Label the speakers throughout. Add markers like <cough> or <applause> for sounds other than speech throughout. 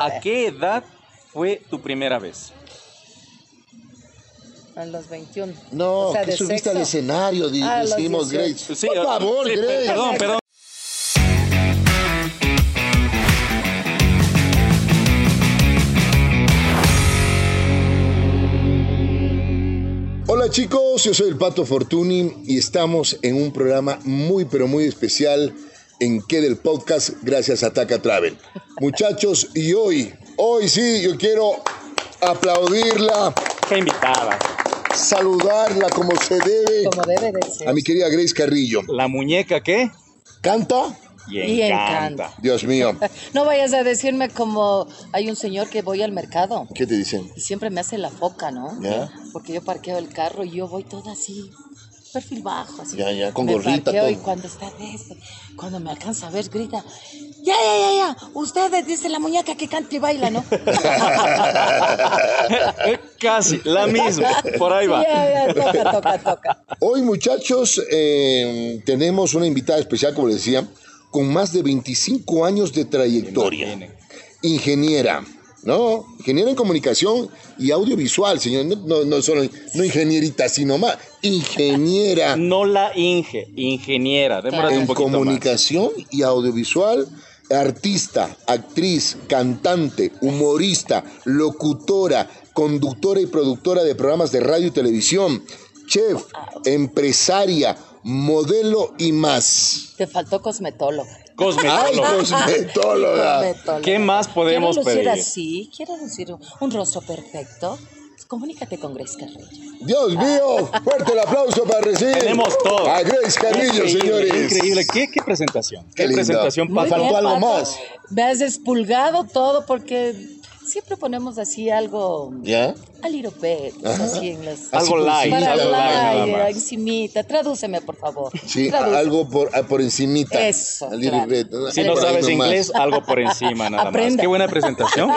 Speaker 1: ¿A qué edad fue tu primera vez?
Speaker 2: A los 21.
Speaker 3: No,
Speaker 2: O sea,
Speaker 3: que
Speaker 2: de
Speaker 3: subiste
Speaker 2: sexo.
Speaker 3: al escenario, di-
Speaker 2: Ah, a los
Speaker 3: decimos
Speaker 2: 18.
Speaker 3: Grace.
Speaker 1: Sí,
Speaker 3: Por
Speaker 1: eh,
Speaker 3: favor,
Speaker 1: sí,
Speaker 3: Grace.
Speaker 1: Perdón, perdón.
Speaker 3: Hola chicos, yo soy el Pato Fortuny y estamos en un programa muy pero muy especial en que del podcast gracias a Taca Travel. Muchachos, y hoy, hoy sí, yo quiero aplaudirla,
Speaker 1: Qué invitada.
Speaker 3: saludarla como se debe
Speaker 2: Como debe de ser.
Speaker 3: a mi querida Grace Carrillo.
Speaker 1: La muñeca qué?
Speaker 3: ¿Canta?
Speaker 1: Y
Speaker 2: Y
Speaker 1: encanta.
Speaker 3: Dios mío,
Speaker 2: <laughs> No vayas a decirme como hay un señor que voy al mercado
Speaker 3: ¿qué te dicen?
Speaker 2: y siempre me hace la foca, ¿no?
Speaker 3: Ya.
Speaker 2: Porque yo parqueo el carro y yo voy toda así, perfil bajo, así.
Speaker 3: Ya, ya, con
Speaker 2: me
Speaker 3: gorrita,
Speaker 2: parqueo
Speaker 3: todo.
Speaker 2: Y cuando está de este, cuando me alcanza a ver, grita, ya, ya, ya, ya, ustedes, dice la muñeca que canta y baila,
Speaker 3: <laughs>
Speaker 2: ¿no?
Speaker 1: <laughs> Casi, la misma. Por ahí va.
Speaker 2: <laughs> Ya, ya, toca, toca, toca.
Speaker 3: Hoy, muchachos, eh, tenemos una invitada especial, como les decía, con más de 25 años de trayectoria.
Speaker 1: Imaginen.
Speaker 3: Ingeniera, ¿no? Ingeniera en comunicación y audiovisual, señor. No, no, no solo no ingenierita, sino más ingeniera
Speaker 1: No la Inge, ingeniera. Demórate
Speaker 2: Claro.
Speaker 3: en
Speaker 1: un poquito más.
Speaker 3: comunicación y audiovisual. Artista, actriz, cantante, humorista, locutora, conductora y productora de programas de radio y televisión, chef, empresaria, modelo y más.
Speaker 2: Te faltó cosmetóloga.
Speaker 3: ¡Ay,
Speaker 1: Cosmetólogo.
Speaker 2: <laughs>
Speaker 3: cosmetóloga!
Speaker 2: Cosmetóloga.
Speaker 1: ¿Qué más podemos
Speaker 2: Quiero lucir
Speaker 1: pedir?
Speaker 2: así, quiero lucir un rostro perfecto. Comunícate con Grace Carrillo.
Speaker 3: ¡Dios mío! ¡Fuerte el aplauso para recibir
Speaker 1: Tenemos todo.
Speaker 3: a Grace Carrillo,
Speaker 1: Increíble,
Speaker 3: señores!
Speaker 1: Increíble. ¿Qué, qué presentación?
Speaker 3: Qué
Speaker 1: Qué,
Speaker 3: lindo.
Speaker 1: presentación,
Speaker 3: Muy
Speaker 1: Pato.
Speaker 3: faltó algo más.
Speaker 2: Me has despulgado todo porque siempre ponemos así algo
Speaker 3: ¿Ya?
Speaker 2: al irope, así en las...
Speaker 3: Así
Speaker 1: Algo light,
Speaker 3: por
Speaker 2: para
Speaker 1: algo light nada
Speaker 2: hablar,
Speaker 1: más.
Speaker 2: encimita. Tradúceme, por favor.
Speaker 3: Sí,
Speaker 2: Traduce.
Speaker 3: algo por, ah, por encimita.
Speaker 2: Eso,
Speaker 3: Al
Speaker 2: claro.
Speaker 3: libreto.
Speaker 1: Si no
Speaker 3: Por ahí
Speaker 1: sabes
Speaker 3: nomás.
Speaker 1: inglés, algo por encima nada más.
Speaker 2: Aprenda.
Speaker 1: Qué buena presentación.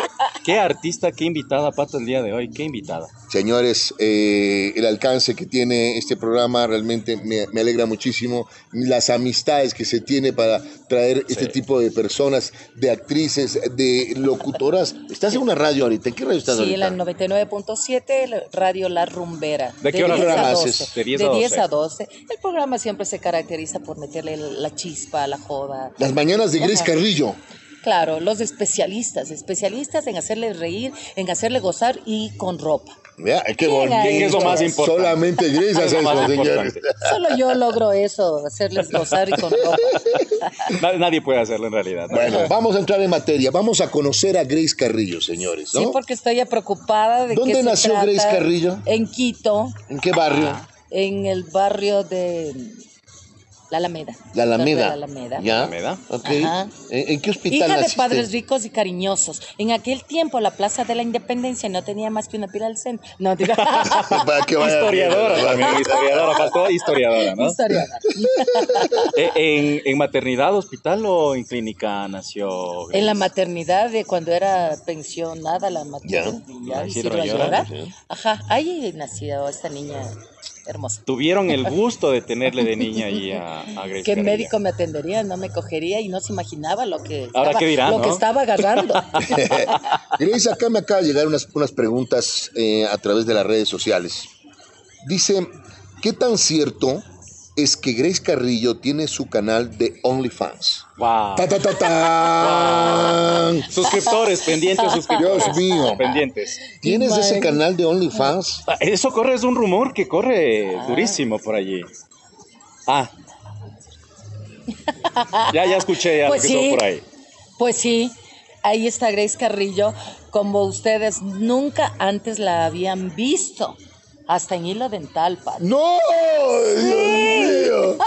Speaker 1: Qué artista, qué invitada, Pato, el día de hoy. Qué invitada.
Speaker 3: Señores, eh, el alcance que tiene este programa realmente me, me alegra muchísimo. Las amistades que se tiene para traer este tipo de personas, de actrices, de locutoras. Estás en una radio ahorita. ¿En qué radio estás
Speaker 2: Sí, en
Speaker 3: ahorita?
Speaker 2: la 99.7, la Radio La Rumbera.
Speaker 1: ¿De qué hora
Speaker 3: programa haces?
Speaker 2: De 10 a 12. El programa siempre se caracteriza por meterle la chispa, la joda.
Speaker 3: Las mañanas de Grace
Speaker 2: Ajá.
Speaker 3: Carrillo.
Speaker 2: Claro, los especialistas, especialistas en hacerle reír, en hacerle gozar y con ropa.
Speaker 3: Vea, qué bonito.
Speaker 2: ¿Quién es lo
Speaker 1: más importante?
Speaker 3: Solamente Grace hace
Speaker 1: Es <laughs> lo
Speaker 3: eso,
Speaker 1: más
Speaker 3: señores.
Speaker 1: importante.
Speaker 2: Solo yo logro eso, hacerles gozar y con
Speaker 3: <laughs>
Speaker 2: ropa.
Speaker 1: Na- Nadie puede hacerlo en realidad. ¿no?
Speaker 3: Bueno, vamos a entrar en materia. Vamos a conocer a Grace Carrillo, señores. ¿no?
Speaker 2: Sí, porque estoy ya preocupada de
Speaker 3: ¿Dónde
Speaker 2: qué se
Speaker 3: nació
Speaker 2: trata.
Speaker 3: Grace Carrillo?
Speaker 2: En Quito,
Speaker 3: ¿En qué barrio?
Speaker 2: Ah, en el barrio de La Alameda.
Speaker 3: La Alameda.
Speaker 2: La Alameda.
Speaker 3: ¿Ya?
Speaker 1: Alameda.
Speaker 3: Ok.
Speaker 2: Ajá.
Speaker 3: ¿En, en qué hospital
Speaker 2: Hija de
Speaker 3: naciste?
Speaker 2: padres ricos y cariñosos. En aquel tiempo la Plaza de la Independencia no tenía más que una pila al centro. No, digo, <laughs>
Speaker 3: <laughs> Para que vaya
Speaker 1: Historiadora
Speaker 3: bien, ¿verdad?
Speaker 1: también, historiadora, faltó historiadora, ¿no?
Speaker 2: historiadora.
Speaker 1: Eh, ¿En, en maternidad, hospital o en clínica nació? Grace?
Speaker 2: En la maternidad de cuando era pensionada la maternidad.
Speaker 1: Pues Ya.
Speaker 2: y
Speaker 1: Isidro
Speaker 2: Isidro
Speaker 1: Ayora.
Speaker 3: <laughs>
Speaker 2: Ayora. Ajá, ahí nació esta niña hermosa.
Speaker 1: Tuvieron el gusto de tenerle de niña ahí a, a Grace.
Speaker 2: ¿Qué
Speaker 1: Carrillo.
Speaker 2: médico me atendería? No me cogería y no se imaginaba lo que
Speaker 1: Ahora,
Speaker 2: estaba,
Speaker 1: ¿qué dirá,
Speaker 2: lo
Speaker 1: no?
Speaker 2: que estaba agarrando.
Speaker 1: <laughs>
Speaker 3: Grace, acá me acaba de llegar unas, unas preguntas eh, a través de las redes sociales. Dice, ¿qué tan cierto es que Grace Carrillo tiene su canal de OnlyFans?
Speaker 1: Wow.
Speaker 3: ¡Ta, ta, ta, tan!
Speaker 1: Suscriptores, pendientes, suscriptores.
Speaker 3: Dios mío.
Speaker 1: Pendientes.
Speaker 3: <laughs> ¿Tienes ese
Speaker 2: Imagínate.
Speaker 3: canal de OnlyFans?
Speaker 1: Ah, Eso corre, es un rumor que corre
Speaker 2: Ah.
Speaker 1: durísimo por allí. Ah. Ya, ya escuché ya
Speaker 2: Pues
Speaker 1: lo que estuvo
Speaker 2: sí.
Speaker 1: por ahí.
Speaker 2: Pues sí, ahí está Grace Carrillo, como ustedes nunca antes la habían visto, hasta en hilo dental, Pat.
Speaker 3: ¡No! ¡Dios mío!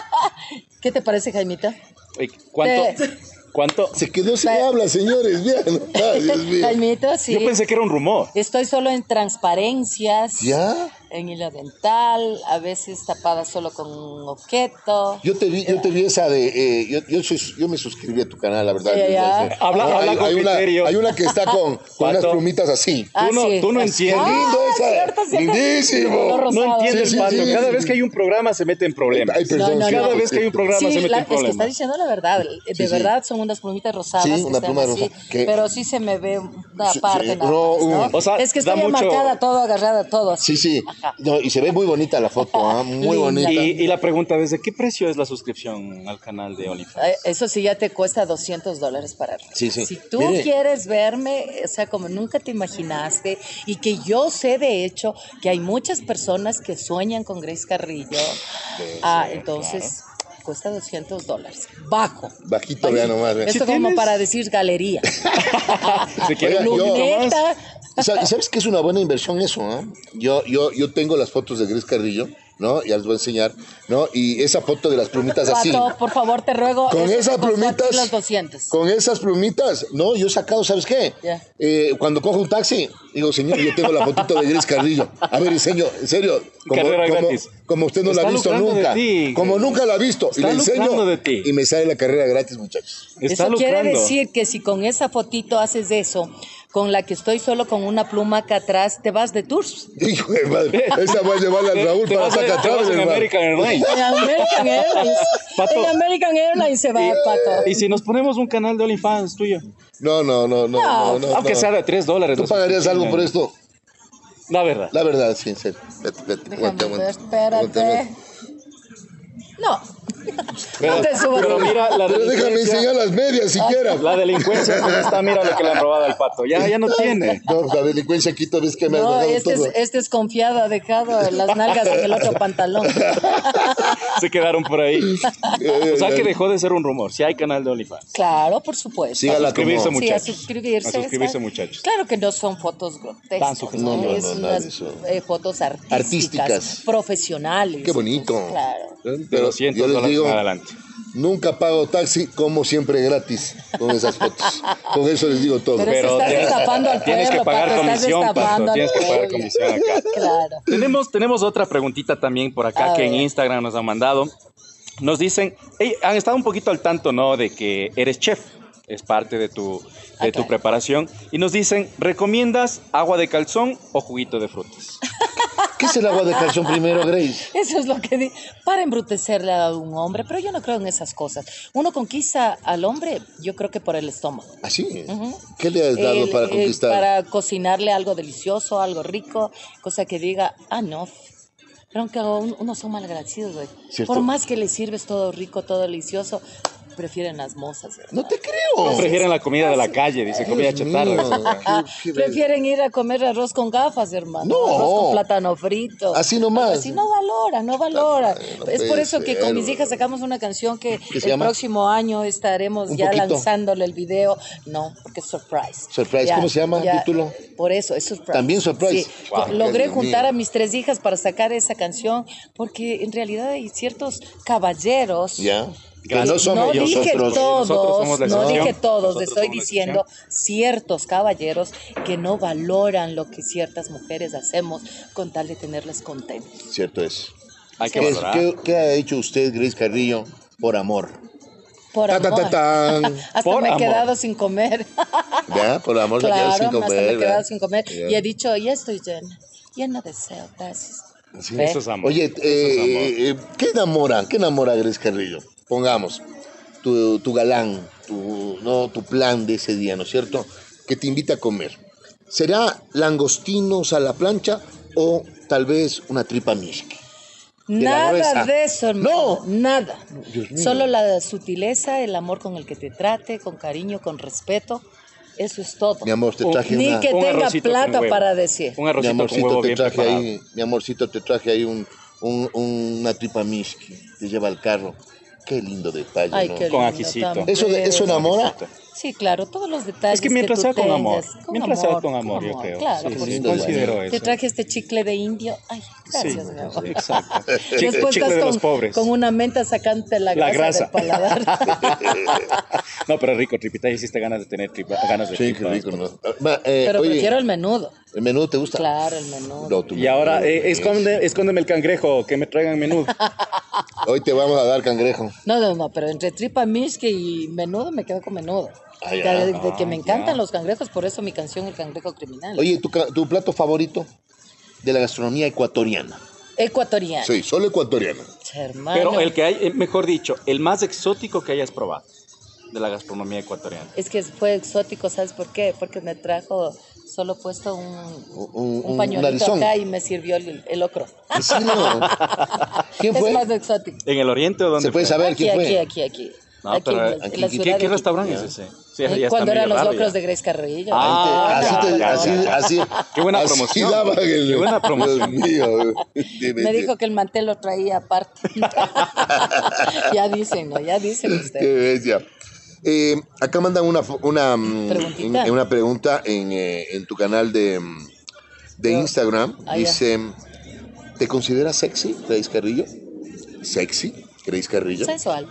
Speaker 2: ¿Qué te parece, Jaimita?
Speaker 1: Ey, ¿Cuánto?
Speaker 2: Te-
Speaker 1: ¿Cuánto?
Speaker 3: Se quedó sin habla, señores. Vean.
Speaker 2: <laughs>
Speaker 3: Ah, Dios mío.
Speaker 2: Jaimita, sí.
Speaker 1: Yo pensé que era un rumor.
Speaker 2: Estoy solo en transparencias.
Speaker 3: ¿Ya?
Speaker 2: en hilo dental, a veces tapada solo con un objeto.
Speaker 3: Yo te vi, yo te vi esa de. eh, yo, yo soy- yo me suscribí a tu canal, la verdad.
Speaker 2: Ya, ya.
Speaker 1: Habla- habla con
Speaker 3: una,
Speaker 1: criterio.
Speaker 3: hay una que
Speaker 1: <laughs>
Speaker 3: está con, con unas
Speaker 1: Pato.
Speaker 3: plumitas así.
Speaker 2: Ah,
Speaker 1: no-
Speaker 2: sí.
Speaker 1: tú no
Speaker 2: Ah,
Speaker 1: entiendes.
Speaker 3: Qué lindo
Speaker 2: es
Speaker 3: esa.
Speaker 2: cierto, sí,
Speaker 3: Lindísimo.
Speaker 2: color
Speaker 3: No
Speaker 2: rosado.
Speaker 1: No entiendes,
Speaker 3: Sí, sí,
Speaker 1: Pato.
Speaker 3: sí,
Speaker 1: Cada
Speaker 3: sí.
Speaker 1: vez que hay un programa se mete en problemas.
Speaker 3: Ay, perdón,
Speaker 2: No, no,
Speaker 1: Cada
Speaker 2: no.
Speaker 1: vez que hay un programa
Speaker 2: Sí,
Speaker 1: se mete
Speaker 2: la-
Speaker 1: en
Speaker 2: es que está
Speaker 1: problemas.
Speaker 2: diciendo la verdad. De
Speaker 3: Sí, sí.
Speaker 2: verdad son unas plumitas rosadas.
Speaker 3: Sí,
Speaker 2: que
Speaker 3: una
Speaker 2: están
Speaker 3: pluma
Speaker 2: así,
Speaker 3: rosa. ¿Qué?
Speaker 2: Pero sí se me ve una
Speaker 3: Sí,
Speaker 2: parte.
Speaker 3: sí,
Speaker 2: nada
Speaker 3: no,
Speaker 2: más, ¿no?
Speaker 3: un-
Speaker 1: O sea,
Speaker 2: es que
Speaker 1: da
Speaker 2: estoy
Speaker 1: mucho-
Speaker 2: marcada todo, agarrada todo. así.
Speaker 3: Sí, sí.
Speaker 2: Ajá.
Speaker 3: No, y se ve muy bonita la foto, ¿ah? muy
Speaker 2: Linda.
Speaker 3: bonita.
Speaker 1: Y, y la pregunta es, ¿de qué precio es la suscripción al canal de OnlyFans?
Speaker 2: Eh, Eso sí ya te cuesta 200 dólares para arriba.
Speaker 3: Sí, sí.
Speaker 2: Si tú
Speaker 3: Mire.
Speaker 2: quieres verme, o sea, como nunca te imaginaste, y que yo sé de hecho que hay muchas personas que sueñan con Grace Carrillo, ah, entonces cuesta 200 dólares. Bajo.
Speaker 3: Bajito, vea nomás. vea.
Speaker 2: Esto
Speaker 1: Si
Speaker 2: como
Speaker 1: tienes-
Speaker 2: para decir
Speaker 3: <laughs>
Speaker 2: galería. Ah,
Speaker 1: Si quieres
Speaker 3: Oiga,
Speaker 1: un
Speaker 3: yo-
Speaker 1: poquito más,
Speaker 2: Neta,
Speaker 3: ¿Y sa- y ¿Sabes que es una buena inversión eso? ah? Yo, yo, yo tengo las fotos de Gris Carrillo, ¿no? Ya les voy a enseñar, ¿no? Y esa foto de las plumitas así.
Speaker 2: Pato, por favor, te ruego.
Speaker 3: Con
Speaker 2: eso te
Speaker 3: esas
Speaker 2: costó a ti
Speaker 3: plumitas.
Speaker 2: Los 200.
Speaker 3: Con esas plumitas, no, yo he sacado, ¿sabes qué?
Speaker 2: Ya.
Speaker 3: Eh, cuando cojo un taxi, digo, señor, yo tengo la fotito de Gris Carrillo. A ver, señor, en serio, como,
Speaker 1: Carrera
Speaker 3: como-
Speaker 1: gratis.
Speaker 3: como usted no
Speaker 1: Está
Speaker 3: la ha visto
Speaker 1: lucrando de
Speaker 3: nunca,
Speaker 1: ti.
Speaker 3: como nunca la ha visto, y
Speaker 1: Está
Speaker 3: le enseño
Speaker 1: lucrando de ti.
Speaker 3: y me sale la carrera gratis, muchachos. <laughs>
Speaker 1: está
Speaker 2: eso quiere
Speaker 1: lucrando.
Speaker 2: decir que si con esa fotito haces eso, con la que estoy solo con una pluma acá atrás, te vas de tours.
Speaker 3: Hijo de madre, esa va a llevarla al Raúl
Speaker 1: Te
Speaker 3: para
Speaker 1: vas a-
Speaker 3: sacar
Speaker 1: te vas
Speaker 3: atrás,
Speaker 1: en
Speaker 3: hermano.
Speaker 1: American Airlines.
Speaker 2: En American Airlines.
Speaker 1: Pato.
Speaker 2: En American Airlines se va, Pato.
Speaker 1: Y si nos ponemos un canal de OnlyFans tuyo,
Speaker 3: No, no, no, no, no, no,
Speaker 1: aunque
Speaker 3: no.
Speaker 1: sea de 3 dólares.
Speaker 3: ¿Tú
Speaker 1: la
Speaker 3: pagarías
Speaker 1: suscripción,
Speaker 3: algo por
Speaker 1: ¿no?
Speaker 3: esto?
Speaker 1: La verdad.
Speaker 3: La verdad, sí, en serio. Vete, vete,
Speaker 2: Déjame
Speaker 3: aguanta,
Speaker 2: ver,
Speaker 3: aguanta. Aguanta,
Speaker 2: espérate.
Speaker 3: aguanta.
Speaker 2: No.
Speaker 1: Pero,
Speaker 2: No te subas.
Speaker 1: pero mira, la
Speaker 3: Pero déjame
Speaker 1: delincuencia-
Speaker 3: enseñar las medias siquiera.
Speaker 1: La delincuencia ¿cómo está, mira lo que le han robado al pato. Ya,
Speaker 3: <laughs>
Speaker 1: ya no tiene.
Speaker 3: No, la delincuencia aquí todo es que me ha
Speaker 2: No,
Speaker 3: dado
Speaker 2: este es,
Speaker 3: todo.
Speaker 2: este es confiado, ha dejado las nalgas en el
Speaker 1: <laughs>
Speaker 2: otro pantalón.
Speaker 1: Se quedaron por ahí.
Speaker 3: Eh,
Speaker 1: O sea que dejó de ser un rumor. Si hay canal de OnlyFans.
Speaker 2: Claro, por supuesto.
Speaker 3: Sígala
Speaker 1: A suscribirse,
Speaker 3: como-
Speaker 2: Sí, a
Speaker 1: muchachos.
Speaker 2: suscribirse.
Speaker 1: A suscribirse,
Speaker 2: está-
Speaker 1: muchachos.
Speaker 2: Claro que no son fotos grotescas.
Speaker 1: Tan sugestivas.
Speaker 2: ¿no?
Speaker 3: No, no, no,
Speaker 2: es
Speaker 3: nada de
Speaker 2: unas
Speaker 3: eso.
Speaker 2: eh, fotos artísticas,
Speaker 3: Artísticas.
Speaker 2: profesionales.
Speaker 3: Qué bonito.
Speaker 2: Claro.
Speaker 1: De
Speaker 3: Pero
Speaker 1: 200
Speaker 3: yo les
Speaker 1: dólares
Speaker 3: digo,
Speaker 1: en adelante.
Speaker 3: nunca pago taxi, como siempre gratis con esas fotos. Con eso les digo todo.
Speaker 2: Pero, eso estás
Speaker 1: tienes-
Speaker 2: destapando al
Speaker 1: tienes que
Speaker 2: pueblo,
Speaker 1: pagar
Speaker 2: Pato, estás
Speaker 1: comisión, Pato,
Speaker 2: destapando al
Speaker 1: tienes que pagar
Speaker 2: pueblo.
Speaker 1: comisión acá.
Speaker 2: Claro.
Speaker 1: Tenemos, tenemos otra preguntita también por acá
Speaker 2: A
Speaker 1: que en
Speaker 2: ver.
Speaker 1: Instagram nos han mandado. Nos dicen, "Ey, han estado un poquito al tanto, ¿no? De que eres chef, es parte de tu, de tu
Speaker 2: Acá.
Speaker 1: preparación. Y nos dicen, ¿recomiendas agua de calzón o juguito de frutas?
Speaker 3: ¿Qué es el agua de calzón primero, Grace?
Speaker 2: <laughs> Eso es lo que di. Para embrutecerle a un hombre, pero yo no creo en esas cosas. Uno conquista al hombre, yo creo que por el estómago.
Speaker 3: Así.
Speaker 2: Ujú.
Speaker 3: ¿Qué le has dado
Speaker 2: El-
Speaker 3: para
Speaker 2: el-
Speaker 3: conquistar?
Speaker 2: para cocinarle algo delicioso, algo rico, cosa que diga, ah, no. Pero aunque un- unos son malagradecidos, güey.
Speaker 3: Cierto.
Speaker 2: Por más que le sirves todo rico, todo delicioso, prefieren las mozas. ¿verdad?
Speaker 3: No te creo.
Speaker 1: No prefieren la comida de la calle, dice comida
Speaker 3: Dios
Speaker 1: chatarra.
Speaker 3: mío.
Speaker 1: dice.
Speaker 2: Ah,
Speaker 3: Qué- qué-
Speaker 2: prefieren ir a comer arroz con gafas, hermano.
Speaker 3: No.
Speaker 2: Arroz con plátano frito.
Speaker 3: Así nomás.
Speaker 2: Así no valora, no valora.
Speaker 3: madre, no
Speaker 2: es por
Speaker 3: puede
Speaker 2: eso que
Speaker 3: ser,
Speaker 2: con mis
Speaker 3: bro.
Speaker 2: hijas sacamos una canción que,
Speaker 3: ¿Qué se
Speaker 2: el
Speaker 3: llama?
Speaker 2: próximo año estaremos
Speaker 3: Un
Speaker 2: ya
Speaker 3: poquito.
Speaker 2: lanzándole el video. No, porque es surprise.
Speaker 3: Surprise,
Speaker 2: Ya,
Speaker 3: ¿cómo se llama el
Speaker 2: ya.
Speaker 3: título?
Speaker 2: Por eso, es surprise.
Speaker 3: También surprise.
Speaker 2: Sí.
Speaker 3: Wow.
Speaker 2: Logré
Speaker 3: Dios
Speaker 2: juntar
Speaker 3: mío.
Speaker 2: a mis tres hijas para sacar esa canción porque en realidad hay ciertos caballeros
Speaker 3: Ya. Que
Speaker 1: Gracias.
Speaker 3: no somos
Speaker 1: No
Speaker 2: dije
Speaker 3: nosotros.
Speaker 2: todos,
Speaker 1: Nosotros somos la
Speaker 2: no
Speaker 1: excepción.
Speaker 2: dije todos,
Speaker 1: Nosotros
Speaker 2: le estoy
Speaker 1: somos la
Speaker 2: diciendo ciertos caballeros que no valoran lo que ciertas mujeres hacemos con tal de tenerlas contentas.
Speaker 3: Cierto es.
Speaker 1: Hay que
Speaker 3: ¿Qué, es-
Speaker 1: valorar.
Speaker 3: qué- qué ha hecho usted, Grace Carrillo, por amor?
Speaker 2: Por
Speaker 3: Ta, ta,
Speaker 2: amor.
Speaker 3: ta, tan.
Speaker 2: Hasta
Speaker 1: Por
Speaker 2: me he
Speaker 1: amor.
Speaker 2: quedado sin comer.
Speaker 3: <laughs> ¿Ya? Por amor me
Speaker 2: claro,
Speaker 3: quedo sin
Speaker 2: hasta me he
Speaker 3: comer.
Speaker 2: quedado
Speaker 3: ¿verdad?
Speaker 2: sin comer.
Speaker 3: Ya.
Speaker 2: Y he dicho, ya estoy llena, llena de deseo, gracias.
Speaker 3: Sí.
Speaker 1: Eso es amor.
Speaker 3: Oye,
Speaker 1: Eso es amor.
Speaker 3: eh, eh, ¿qué enamora? ¿Qué enamora a Grace Carrillo? Pongamos, tu, tu galán, tu, no, tu plan de ese día, ¿no es cierto? Que te invita a comer. ¿Será langostinos a la plancha o tal vez una tripa mishki? la
Speaker 2: Nada
Speaker 3: gruesa.
Speaker 2: de eso, hermano.
Speaker 3: No.
Speaker 2: Nada.
Speaker 3: Dios mío.
Speaker 2: Solo la sutileza, el amor con el que te trate, con cariño, con respeto. Eso es todo.
Speaker 3: Mi amor, te
Speaker 1: Un-
Speaker 3: traje
Speaker 2: Ni
Speaker 3: una...
Speaker 2: que
Speaker 1: Un
Speaker 2: tenga
Speaker 1: arrocito
Speaker 2: plata
Speaker 1: con huevo.
Speaker 2: para decir.
Speaker 1: Un
Speaker 3: Mi
Speaker 1: arrocito con
Speaker 3: amorcito,
Speaker 1: huevo
Speaker 3: te
Speaker 1: bien
Speaker 3: traje
Speaker 1: preparado.
Speaker 3: ahí, mi amorcito, te traje ahí un, un- una tripa mishki. Te lleva al carro. Qué lindo detalle,
Speaker 2: Ay,
Speaker 3: ¿no?
Speaker 2: qué
Speaker 1: Con
Speaker 2: lindo,
Speaker 1: ajicito.
Speaker 2: tan
Speaker 3: Eso, de-
Speaker 2: bello.
Speaker 3: eso enamora.
Speaker 2: Sí, claro, todos los detalles.
Speaker 1: Es que mientras
Speaker 2: tú
Speaker 1: sea con amor,
Speaker 2: tengas, con
Speaker 1: mientras sea
Speaker 2: amor,
Speaker 1: con amor, yo creo.
Speaker 2: Claro,
Speaker 1: Sí,
Speaker 2: por
Speaker 1: sí,
Speaker 2: supuesto.
Speaker 1: considero
Speaker 2: Te
Speaker 1: eso.
Speaker 2: traje este chicle de indio. Ay,
Speaker 1: Sí,
Speaker 2: gracias, mi
Speaker 1: <laughs>
Speaker 2: amor.
Speaker 1: exacto. Chicle,
Speaker 2: Después
Speaker 1: chicle
Speaker 2: estás
Speaker 1: de
Speaker 2: con,
Speaker 1: los pobres.
Speaker 2: con una menta sacándote la
Speaker 1: La
Speaker 2: grasa,
Speaker 1: grasa. <laughs>
Speaker 2: del paladar.
Speaker 1: No, pero rico, tripita, ya hiciste ganas de tener tripa, ganas de
Speaker 3: Sí, qué
Speaker 1: tripas.
Speaker 3: rico. ¿no? Ma, eh,
Speaker 2: Pero
Speaker 3: oye,
Speaker 2: prefiero el menudo.
Speaker 3: ¿el menú te gusta?
Speaker 2: Claro, el menudo.
Speaker 3: No, tú
Speaker 1: Y
Speaker 3: no,
Speaker 1: ahora,
Speaker 3: no,
Speaker 1: eh,
Speaker 3: no,
Speaker 1: esconde- escóndeme el cangrejo, que me traigan
Speaker 2: <laughs>
Speaker 1: menudo.
Speaker 2: Ah,
Speaker 3: Hoy te vamos a dar cangrejo.
Speaker 2: No, no, no, pero entre tripa mishke y menudo me quedo con menudo.
Speaker 3: Ah, ya.
Speaker 2: de, de que me
Speaker 1: Ah,
Speaker 2: encantan
Speaker 1: ya.
Speaker 2: los cangrejos, por eso mi canción El cangrejo criminal.
Speaker 3: Oye, ¿tu, ca- tu plato favorito de la gastronomía ecuatoriana?
Speaker 2: Ecuatoriano.
Speaker 3: Sí, solo ecuatoriana.
Speaker 2: Hermano.
Speaker 1: Pero el que hay, eh, mejor dicho, el más exótico que hayas probado de la gastronomía ecuatoriana.
Speaker 2: Es que fue exótico, ¿sabes por qué? Porque me trajo solo puesto un,
Speaker 3: un-
Speaker 2: un
Speaker 3: un
Speaker 2: pañuelito
Speaker 3: narizón.
Speaker 2: acá y me sirvió el, el ocro.
Speaker 3: ¿En serio? ¿Quién
Speaker 2: es
Speaker 3: fue?
Speaker 2: más exótico.
Speaker 1: ¿En el oriente o dónde
Speaker 3: ¿Se puede
Speaker 1: fue?
Speaker 3: saber
Speaker 2: Aquí,
Speaker 3: quién
Speaker 2: aquí,
Speaker 3: fue?
Speaker 2: aquí, aquí.
Speaker 1: No,
Speaker 2: Aquí
Speaker 1: pero
Speaker 2: en la-
Speaker 3: aquí,
Speaker 2: en la
Speaker 1: ¿Qué,
Speaker 3: ¿qué-
Speaker 2: ciudad de
Speaker 1: qué
Speaker 2: Quito.
Speaker 1: restaurante es ese? Sí, ya
Speaker 2: Eh,
Speaker 1: está
Speaker 2: Cuando
Speaker 1: medio
Speaker 2: eran los
Speaker 1: raro
Speaker 2: locros
Speaker 1: ya.
Speaker 2: de Grace Carrillo.
Speaker 1: Ah,
Speaker 3: Ahí te- así, te-
Speaker 1: ya,
Speaker 3: así,
Speaker 1: ya.
Speaker 3: así,
Speaker 1: Qué buena
Speaker 3: así
Speaker 1: promoción.
Speaker 3: daban el-
Speaker 1: Qué buena promoción.
Speaker 3: Dios mío.
Speaker 2: Me dijo que el mantel lo traía aparte.
Speaker 3: <laughs>
Speaker 2: <laughs> ya dicen, ¿no? Ya dicen
Speaker 3: Qué
Speaker 2: ustedes.
Speaker 3: bestia. Eh, acá mandan una, fo- una, mm,
Speaker 2: Preguntita.
Speaker 3: en- una pregunta en, eh, en tu canal de, mm, de
Speaker 2: Yo-
Speaker 3: Instagram.
Speaker 2: Ah, ya.
Speaker 3: Dice, ¿te consideras sexy, Grace Carrillo? ¿Sexy? Grace Carrillo.
Speaker 2: Sensual.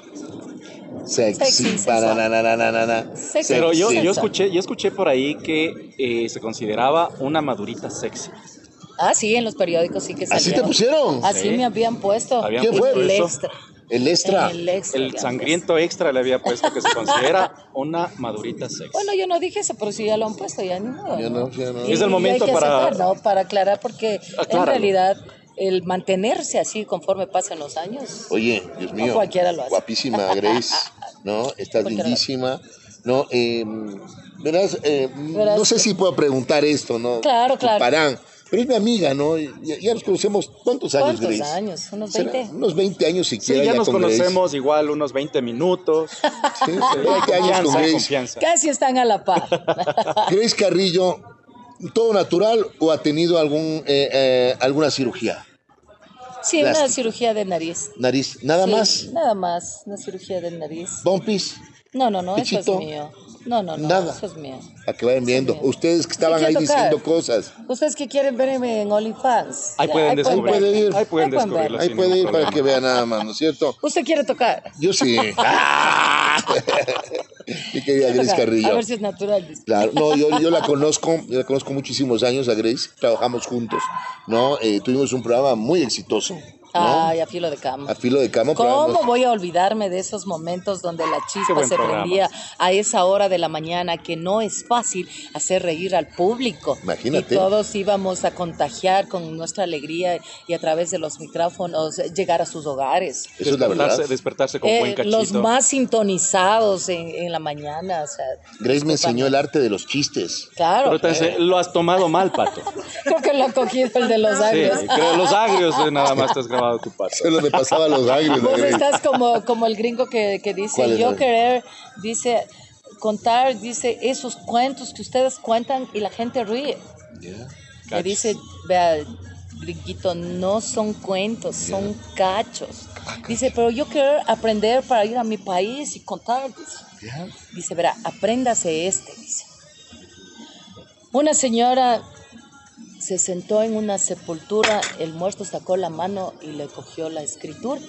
Speaker 3: Sexy.
Speaker 2: Sexy,
Speaker 3: para
Speaker 2: sensual.
Speaker 3: na, na, na, na, na, na.
Speaker 2: Sexy.
Speaker 1: Pero yo, yo
Speaker 2: Sexo.
Speaker 1: escuché, yo escuché por ahí que eh, se consideraba una madurita sexy.
Speaker 2: Ah, sí, en los periódicos sí que salía.
Speaker 3: ¿Así te pusieron?
Speaker 1: Sí.
Speaker 2: Así me habían puesto.
Speaker 1: Habían
Speaker 3: ¿Quién fue?
Speaker 2: En el
Speaker 1: puesto.
Speaker 2: extra.
Speaker 3: El extra.
Speaker 2: En el extra
Speaker 1: El
Speaker 2: habían
Speaker 1: sangriento extra le había puesto que se
Speaker 2: <laughs>
Speaker 1: considera una madurita sexy.
Speaker 2: puesto. Bueno, yo no dije eso, pero si ya lo han puesto, ya ni modo.
Speaker 3: Ya no, ya no.
Speaker 2: Y-
Speaker 1: Es el
Speaker 2: y
Speaker 1: momento
Speaker 2: hay que
Speaker 1: para-
Speaker 2: aceptar, ¿no? Para aclarar, porque en
Speaker 1: Acláralo.
Speaker 2: realidad el mantenerse así conforme pasan los años.
Speaker 3: Oye, Dios mío.
Speaker 2: No cualquiera lo hace.
Speaker 3: Guapísima Grace,
Speaker 2: <laughs>
Speaker 3: ¿no? Estás
Speaker 2: Cualquiera lo
Speaker 3: lindísima. No, eh, verás, eh,
Speaker 2: Verás
Speaker 3: no sé
Speaker 2: que-
Speaker 3: si puedo preguntar esto, ¿no?
Speaker 2: Claro, claro.
Speaker 3: Parán, pero es mi amiga, ¿no? Ya, ya nos conocemos, ¿cuántos años,
Speaker 2: ¿Cuántos
Speaker 3: Grace?
Speaker 2: años? ¿Unos
Speaker 3: ¿Será
Speaker 2: 20?
Speaker 3: Unos 20 años siquiera.
Speaker 1: Sí, ya nos
Speaker 3: con Grace.
Speaker 1: conocemos igual unos 20
Speaker 3: <laughs>
Speaker 1: minutos. Sí,
Speaker 3: Sí,
Speaker 1: hay
Speaker 3: 20 años con
Speaker 1: confianza, hay
Speaker 3: Grace.
Speaker 1: confianza.
Speaker 2: Casi están a la
Speaker 3: <laughs>
Speaker 2: par.
Speaker 3: Grace Carrillo, ¿todo natural o ha tenido algún, eh, eh, alguna cirugía?
Speaker 2: Sí, una
Speaker 3: Plástica.
Speaker 2: cirugía de nariz.
Speaker 3: Nariz, nada
Speaker 2: Sí,
Speaker 3: más.
Speaker 2: Nada más, una cirugía de nariz.
Speaker 3: Bompis,
Speaker 2: No, no, no, eso
Speaker 3: Pechito.
Speaker 2: es mío. No, no, no,
Speaker 3: Nada.
Speaker 2: eso es mío.
Speaker 3: para que vayan viendo.
Speaker 2: bien.
Speaker 3: Ustedes que estaban
Speaker 2: Sí,
Speaker 3: ahí
Speaker 2: quiero tocar.
Speaker 3: diciendo cosas.
Speaker 2: ¿Ustedes qué quieren verme en OnlyFans?
Speaker 1: Ahí
Speaker 2: Ya,
Speaker 1: pueden descubrir.
Speaker 2: verme.
Speaker 3: pueden ir.
Speaker 1: Ahí pueden
Speaker 2: Ahí pueden
Speaker 1: descubrirlo.
Speaker 3: Ahí
Speaker 1: sin
Speaker 3: puede ir
Speaker 1: ningún
Speaker 3: para que
Speaker 1: problema.
Speaker 3: vea nada más, ¿no es cierto?
Speaker 2: ¿Usted quiere tocar?
Speaker 3: Yo <laughs> sí. Mi querida Grace Carrillo.
Speaker 2: A ver si es natural. dice.
Speaker 3: Claro, no, yo, yo la conozco, yo la conozco muchísimos años a Grace, trabajamos juntos, ¿no? Eh, tuvimos un programa muy exitoso, ¿no?
Speaker 2: Ay, a filo de cama.
Speaker 3: A filo de cama,
Speaker 2: ¿Cómo
Speaker 3: programas-
Speaker 2: voy a olvidarme de esos momentos donde la
Speaker 1: Qué
Speaker 2: chispa
Speaker 1: buen
Speaker 2: se
Speaker 1: programa.
Speaker 2: prendía a esa hora de la mañana que no es fácil hacer reír al público?
Speaker 3: Imagínate.
Speaker 2: Y todos íbamos a contagiar con nuestra alegría y a través de los micrófonos eh, llegar a sus hogares.
Speaker 3: Eso es la verdad.
Speaker 1: Despertarse, despertarse con
Speaker 2: Eh,
Speaker 1: buen cachito.
Speaker 2: los más sintonizados en, en la mañana, o sea,
Speaker 3: Grace me enseñó el arte de los chistes.
Speaker 2: claro,
Speaker 1: Pero te hace- lo has tomado mal,
Speaker 2: <laughs>
Speaker 1: Pato.
Speaker 2: creo que lo ha cogido el de los
Speaker 1: Sí,
Speaker 2: años.
Speaker 1: creo los agrios eh, nada más te has grabado tu pato.
Speaker 3: Solo me pasaba los agrios. la
Speaker 2: Vos
Speaker 3: Grace.
Speaker 2: estás como, como el gringo que, que
Speaker 3: ¿Cuál
Speaker 2: dice,
Speaker 3: es
Speaker 2: yo
Speaker 3: el?
Speaker 2: querer, dice, contar, dice, esos cuentos que ustedes cuentan y la gente ríe.
Speaker 3: Ya.
Speaker 2: Le
Speaker 1: Cachos.
Speaker 2: dice, vea, gringuito, no son cuentos, son cachos.
Speaker 3: Ah,
Speaker 2: Dice, pero yo quiero aprender para ir a mi país y contar. Dice,
Speaker 3: Ya.
Speaker 2: Dice, verá, apréndase este, dice. Una señora se sentó en una sepultura, el muerto sacó la mano y le cogió la escritura.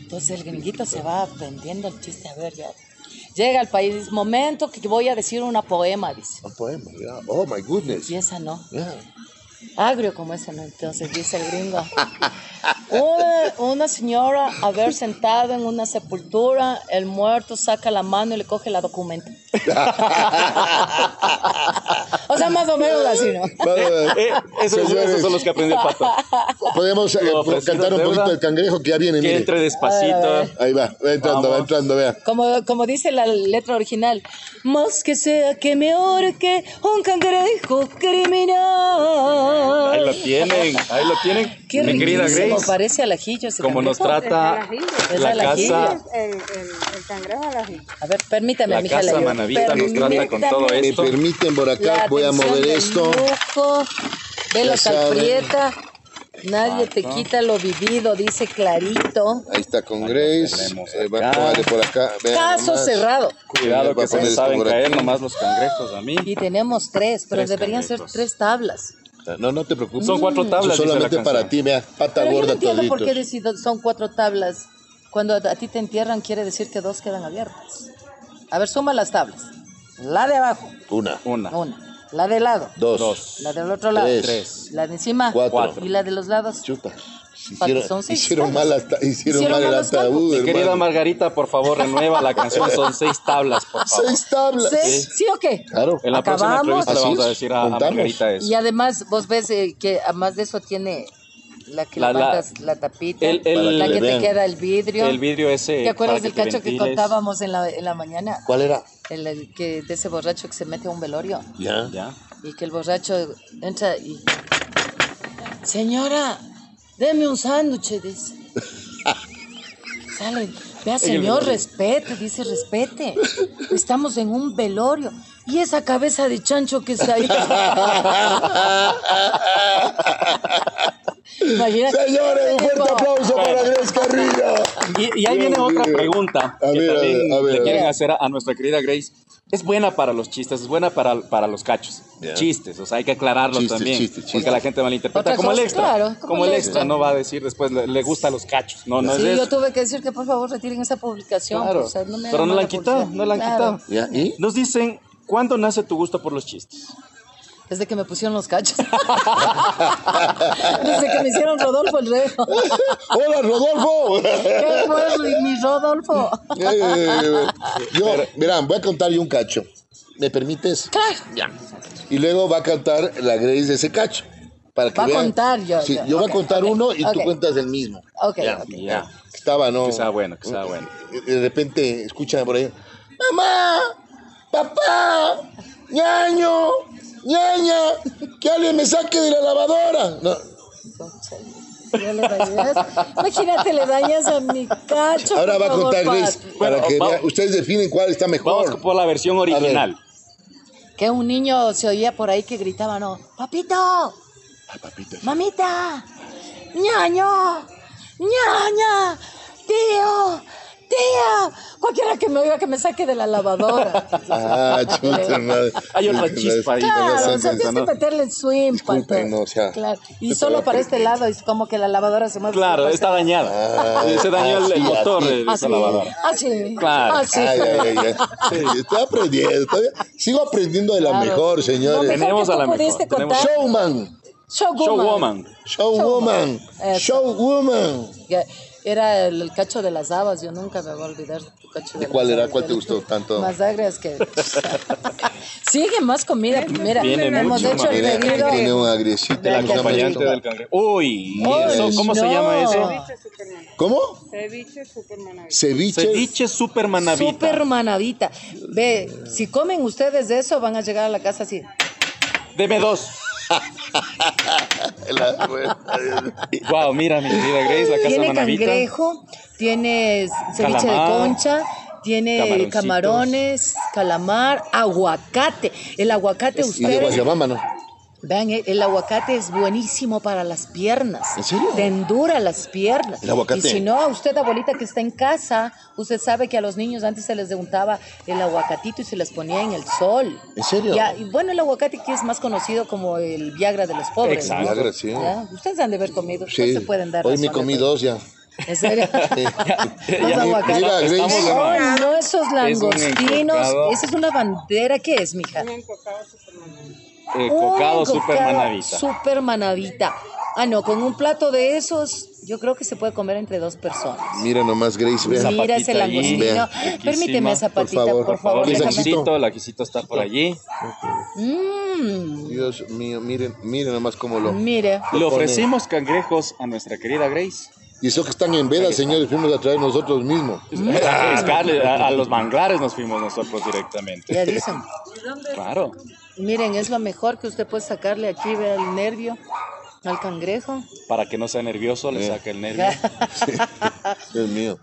Speaker 2: Entonces el gringuito se va aprendiendo el chiste, a ver, ya. Llega al país, dice, momento que voy a decir una poema, dice.
Speaker 3: Un poema, ya. Oh, my goodness.
Speaker 2: Y esa no,
Speaker 3: Ya. <laughs>
Speaker 2: agrio como esa no, entonces dice el gringo. Una, una señora, haber sentado en una sepultura, el muerto saca la mano y le coge la documenta. o sea, más o menos así, ¿no?
Speaker 3: Bueno,
Speaker 1: Eh, esos, esos
Speaker 3: Señores.
Speaker 1: son los que aprende el pato.
Speaker 3: Podemos eh,
Speaker 1: Lo ofrecido
Speaker 3: cantar un
Speaker 1: deuda.
Speaker 3: poquito del cangrejo que ya viene,
Speaker 1: Que
Speaker 3: mire.
Speaker 1: entre despacito.
Speaker 3: Ahí va, va entrando, va
Speaker 1: Vamos.
Speaker 3: entrando, vea.
Speaker 2: Como, como dice la letra original, más que sea que me ahorque un cangrejo
Speaker 1: Ahí lo
Speaker 2: criminal.
Speaker 1: tienen, ahí lo tienen.
Speaker 2: Qué
Speaker 1: Mi querida
Speaker 2: riquísimo,
Speaker 1: Grace,
Speaker 2: parece al ajillo ese
Speaker 1: como nos
Speaker 2: cangrejo.
Speaker 1: trata
Speaker 2: Es
Speaker 1: la
Speaker 2: al ajillo.
Speaker 1: casa,
Speaker 4: El, el, el cangrejo a la rilla.
Speaker 2: A ver, permítame,
Speaker 1: la
Speaker 2: mija, le
Speaker 1: casa
Speaker 2: ayudo.
Speaker 1: manavita nos trata con
Speaker 2: Permítame.
Speaker 1: todo
Speaker 3: Me
Speaker 1: esto.
Speaker 3: permiten por
Speaker 2: La
Speaker 3: acá, voy a
Speaker 2: atención
Speaker 3: mover
Speaker 2: del
Speaker 3: esto.
Speaker 2: lujo, de
Speaker 3: Ya
Speaker 2: la
Speaker 3: saben.
Speaker 2: calprieta. Nadie te
Speaker 1: Exacto.
Speaker 2: quita lo vivido, dice clarito.
Speaker 3: Ahí está con
Speaker 1: Ahí
Speaker 3: Grace.
Speaker 1: lo tenemos
Speaker 3: Eh, va-
Speaker 1: acá.
Speaker 3: póngale por acá. Vean
Speaker 2: Caso
Speaker 3: nomás.
Speaker 2: cerrado.
Speaker 1: Cuidado
Speaker 3: Él va a
Speaker 1: que se
Speaker 3: poner
Speaker 1: me
Speaker 3: esto
Speaker 1: saben
Speaker 3: por
Speaker 1: caer
Speaker 3: aquí.
Speaker 1: nomás los cangrejos a mí.
Speaker 2: Y tenemos tres, pero
Speaker 1: Tres
Speaker 2: deberían ser
Speaker 1: cangrejos.
Speaker 2: tres tablas.
Speaker 3: No, no te preocupes.
Speaker 1: Son cuatro
Speaker 3: Eso
Speaker 1: tablas. dice la
Speaker 3: solamente para
Speaker 1: canción.
Speaker 3: ti, vea.
Speaker 2: Pero yo
Speaker 3: Pata
Speaker 2: no
Speaker 3: gorda
Speaker 2: entiendo
Speaker 3: todito.
Speaker 2: por qué decido- son cuatro tablas. Cuando a, a ti te entierran quiere decir que dos quedan abiertas. A ver, suma las tablas. La de abajo,
Speaker 3: Una,
Speaker 1: Una,
Speaker 2: una. La de lado,
Speaker 3: dos,
Speaker 1: dos,
Speaker 2: la del otro lado,
Speaker 3: Tres.
Speaker 1: Tres.
Speaker 2: La de encima,
Speaker 3: cuatro.
Speaker 1: Cuatro.
Speaker 2: Y la de los lados.
Speaker 3: Chuta. Se
Speaker 2: Pato,
Speaker 3: Hicieron,
Speaker 2: son seis
Speaker 3: hicieron
Speaker 2: tablas.
Speaker 3: mal, hasta, hicieron
Speaker 2: Hicieron
Speaker 3: mal el
Speaker 2: mal los cálculos.
Speaker 3: ataúd,
Speaker 2: Mi
Speaker 1: Querida
Speaker 3: hermano.
Speaker 1: Margarita, por favor, renueva la canción. Son seis tablas, por favor.
Speaker 3: Seis tablas.
Speaker 2: ¿Sí? ¿Sí o qué?
Speaker 3: Claro.
Speaker 1: En la próxima
Speaker 2: Acabamos.
Speaker 1: entrevista le
Speaker 3: Así
Speaker 1: vamos a
Speaker 3: es,
Speaker 1: decir a, a
Speaker 3: contamos.
Speaker 1: Margarita eso.
Speaker 2: Y además, vos ves eh, que además de eso tiene la que
Speaker 1: La- la-
Speaker 2: levantas la, tapita,
Speaker 1: el- el-
Speaker 2: la que
Speaker 3: Para que
Speaker 2: te
Speaker 3: vean.
Speaker 2: queda el vidrio.
Speaker 1: El vidrio ese.
Speaker 2: ¿Te acuerdas
Speaker 1: para
Speaker 2: del
Speaker 1: te
Speaker 2: cacho que
Speaker 1: ventiles.
Speaker 2: contábamos en la, en la mañana?
Speaker 3: ¿Cuál era?
Speaker 2: El, el que, de ese borracho que se mete a un velorio
Speaker 3: Ya. <laughs>
Speaker 1: Ya.
Speaker 2: y que el borracho entra y... Señora, deme un sándwich, dice.
Speaker 1: <laughs>
Speaker 2: Sale, vea señor,
Speaker 1: velorio.
Speaker 2: respete, dice, respete. Estamos en un velorio. Y esa cabeza de chancho que
Speaker 1: <laughs>
Speaker 2: está ahí. Imagínate.
Speaker 3: Señores, un fuerte
Speaker 2: Digo,
Speaker 3: aplauso para Grace Carrillo.
Speaker 1: Y, y ahí viene
Speaker 3: Dios
Speaker 1: otra
Speaker 3: mío.
Speaker 1: pregunta
Speaker 3: A
Speaker 1: que
Speaker 3: ver, a
Speaker 1: también
Speaker 3: ver, a ver,
Speaker 1: le
Speaker 3: a
Speaker 1: quieren
Speaker 3: ver.
Speaker 1: hacer a, a nuestra querida Grace. Es buena para los chistes, es buena para, para los cachos.
Speaker 3: Ya.
Speaker 1: Chistes, o sea, hay que aclararlo
Speaker 3: Chistes,
Speaker 1: también.
Speaker 3: chistes, chistes.
Speaker 1: Porque la gente malinterpreta.
Speaker 2: Otra
Speaker 1: Como el
Speaker 2: cosa,
Speaker 1: extra.
Speaker 2: claro,
Speaker 1: como, el extra. no va a decir después, le, le gusta a los cachos. No, no
Speaker 2: Sí,
Speaker 1: es
Speaker 2: yo
Speaker 1: eso.
Speaker 2: tuve que decir que por favor retiren esa publicación.
Speaker 1: Claro,
Speaker 2: o sea, no me
Speaker 1: pero
Speaker 2: hagan
Speaker 1: no la han
Speaker 2: mala
Speaker 1: quitado,
Speaker 2: publicidad.
Speaker 1: no la han
Speaker 2: Claro,
Speaker 1: quitado.
Speaker 3: ¿Ya? ¿Y?
Speaker 1: Nos dicen, ¿cuándo nace tu gusto por los chistes?
Speaker 2: Desde que me pusieron los cachos. <laughs> Desde que me hicieron Rodolfo el reo.
Speaker 3: <laughs> ¡Hola, <laughs> Rodolfo!
Speaker 2: ¿Qué fue mi Rodolfo?
Speaker 3: Eh, yo, verán, voy a contar yo un cacho. ¿Me permites?
Speaker 2: Claro.
Speaker 3: Y luego va a cantar la Grace de ese cacho. Para que
Speaker 2: Va a
Speaker 3: vean.
Speaker 2: contar yo,
Speaker 3: Sí,
Speaker 2: yo.
Speaker 3: yo, voy a
Speaker 2: Ok,
Speaker 3: contar
Speaker 2: ok,
Speaker 3: uno y
Speaker 2: ok.
Speaker 3: tú cuentas el mismo.
Speaker 2: Ok,
Speaker 3: Ya.
Speaker 2: ok.
Speaker 1: Ya.
Speaker 3: Estaba, ¿no?
Speaker 1: Que sea bueno, que sea bueno.
Speaker 3: De repente escuchan por ahí, mamá, papá, ñaño, ñaña, que alguien me saque de la lavadora. No,
Speaker 2: <laughs> Ya le dañas. Imagínate, le dañas a mi cacho.
Speaker 3: ahora
Speaker 2: por
Speaker 3: va a
Speaker 2: favor,
Speaker 3: contar Grace
Speaker 2: Pat.
Speaker 3: para
Speaker 1: Bueno,
Speaker 3: que
Speaker 1: vamos.
Speaker 3: vean. ustedes definen cuál está
Speaker 1: Vamos
Speaker 3: mejor.
Speaker 1: por la versión original.
Speaker 2: Que un niño se oía por ahí que gritaba, no, papito,
Speaker 3: Ay, papito.
Speaker 2: mamita, ñaño, ñaña, tío, tía, cualquiera que me oiga que me saque de la
Speaker 3: <laughs>
Speaker 2: lavadora.
Speaker 3: <laughs> Ah, chuta madre.
Speaker 1: Hay otra chispa ahí.
Speaker 2: Claro, o sea,
Speaker 1: Esa,
Speaker 2: tienes que
Speaker 1: ¿no?
Speaker 2: meterle el swing.
Speaker 3: Disculpen,
Speaker 2: pato.
Speaker 3: no, o sea,
Speaker 2: Claro. Y
Speaker 3: te
Speaker 2: solo
Speaker 3: pego
Speaker 2: para
Speaker 3: por
Speaker 2: este
Speaker 3: ti.
Speaker 2: lado es como que la lavadora se mueve. Pues,
Speaker 1: Claro, está dañada.
Speaker 3: Ah,
Speaker 1: Se dañó el, el
Speaker 3: así,
Speaker 1: motor de
Speaker 3: así.
Speaker 1: de
Speaker 2: Así,
Speaker 1: esa lavadora.
Speaker 2: así,
Speaker 1: Claro.
Speaker 2: así.
Speaker 3: Ay, ay, ay, ay. Estoy aprendiendo. todavía Sigo aprendiendo de la
Speaker 2: Claro.
Speaker 3: mejor,
Speaker 2: Lo
Speaker 3: señores.
Speaker 2: mejor
Speaker 1: Tenemos a
Speaker 2: que tú
Speaker 1: la mejor,
Speaker 2: pudiste
Speaker 1: tenemos-
Speaker 2: contar,
Speaker 3: Showman.
Speaker 2: Showwoman.
Speaker 1: Showwoman.
Speaker 3: Showwoman.
Speaker 2: Eso.
Speaker 3: Showwoman.
Speaker 2: Que Era el, el cacho de las habas, yo nunca me voy a olvidar de tu cacho de,
Speaker 3: ¿De
Speaker 2: las
Speaker 3: cuál era?
Speaker 2: habas,
Speaker 3: ¿Cuál te
Speaker 2: pero
Speaker 3: gustó tanto?
Speaker 2: Más agrias que... <laughs> Sigue más comida, mira,
Speaker 1: Viene
Speaker 2: hemos
Speaker 1: mucho
Speaker 2: hecho el
Speaker 1: más.
Speaker 3: Mira, Tiene
Speaker 2: pedido...
Speaker 3: un agriecito.
Speaker 1: Del
Speaker 2: Del
Speaker 3: ¿cómo se llama
Speaker 1: acompañante
Speaker 3: eso?
Speaker 1: del cangrejo. Uy,
Speaker 3: Uy,
Speaker 1: eso, ¿cómo se
Speaker 2: no.
Speaker 1: llama eso?
Speaker 4: Ceviche Superman.
Speaker 3: ¿Cómo?
Speaker 4: Ceviche Superman.
Speaker 3: Ceviche.
Speaker 1: Ceviche super manavita.
Speaker 2: Super manavita. Ve, si comen ustedes de eso, van a llegar a la casa así.
Speaker 1: Deme dos.
Speaker 2: <laughs>
Speaker 3: La- bueno,
Speaker 1: Wow, mira, mi querida Grace, la casa
Speaker 2: Tiene
Speaker 1: manavita.
Speaker 2: cangrejo, tiene ceviche
Speaker 1: Calamar.
Speaker 2: de concha, tiene
Speaker 1: Camaroncitos.
Speaker 2: camarones, calamar, aguacate. El aguacate,
Speaker 3: Y de
Speaker 2: ustedes,
Speaker 3: Guayabamba, ¿no?
Speaker 2: vean, eh, el aguacate es buenísimo para las piernas.
Speaker 3: ¿En serio?
Speaker 2: Te endura las piernas.
Speaker 3: El aguacate.
Speaker 2: Y si no, a usted, abuelita, que está en casa, usted sabe que a los niños antes se les untaba el aguacatito y se les ponía en el sol.
Speaker 3: ¿En serio?
Speaker 2: Ya, y bueno, el aguacate que es más conocido como el Viagra de los pobres. ¿no?
Speaker 1: Exacto.
Speaker 3: Milagro, sí.
Speaker 2: Ya, Ustedes han de haber comido, ustedes
Speaker 3: Sí.
Speaker 2: se pueden dar
Speaker 3: Hoy
Speaker 2: razón
Speaker 3: me
Speaker 2: de
Speaker 3: comí
Speaker 2: todo.
Speaker 3: dos ya.
Speaker 2: <laughs> ¿En serio?
Speaker 3: <laughs>
Speaker 1: <laughs>
Speaker 2: Los
Speaker 1: ya.
Speaker 2: aguacates.
Speaker 3: Mira, Grace.
Speaker 2: Ay,
Speaker 1: Estamos
Speaker 2: no, esos
Speaker 1: Es un
Speaker 2: langostinos.
Speaker 1: encocado.
Speaker 2: Esa es una bandera que es, mija.
Speaker 4: Un encocado Superman.
Speaker 1: Eh, cocado
Speaker 2: Un
Speaker 1: super manavita.
Speaker 2: super manavita. Ah, no, con un plato de esos, yo creo que se puede comer entre dos personas.
Speaker 3: Mira nomás, Grace, vea.
Speaker 2: Mira
Speaker 1: zapatita
Speaker 2: ese
Speaker 1: ahí,
Speaker 2: langostino.
Speaker 3: vean,
Speaker 1: riquísima.
Speaker 2: Permíteme esa
Speaker 3: Por
Speaker 2: patita,
Speaker 3: favor,
Speaker 2: por
Speaker 3: por
Speaker 1: Por favor,
Speaker 2: favor.
Speaker 3: favor,
Speaker 1: la
Speaker 3: Laquisito.
Speaker 2: déjame.
Speaker 1: quisito, la quisito está por allí.
Speaker 2: Mm,
Speaker 3: Dios mío, miren, miren nomás cómo lo.
Speaker 2: mire.
Speaker 1: Le ofrecimos cangrejos a nuestra querida Grace.
Speaker 3: Y eso que están en veda, señores, fuimos a traer nosotros mismos.
Speaker 1: Pues, Es Carly, eh, a, a los manglares nos fuimos nosotros
Speaker 2: Ya
Speaker 1: directamente.
Speaker 2: dicen.
Speaker 1: Claro.
Speaker 2: Miren, es lo mejor que usted puede sacarle aquí, vea el nervio al cangrejo.
Speaker 1: Para que no sea nervioso, le
Speaker 3: Sí.
Speaker 1: saca el <laughs> nervio.
Speaker 3: Dios mío.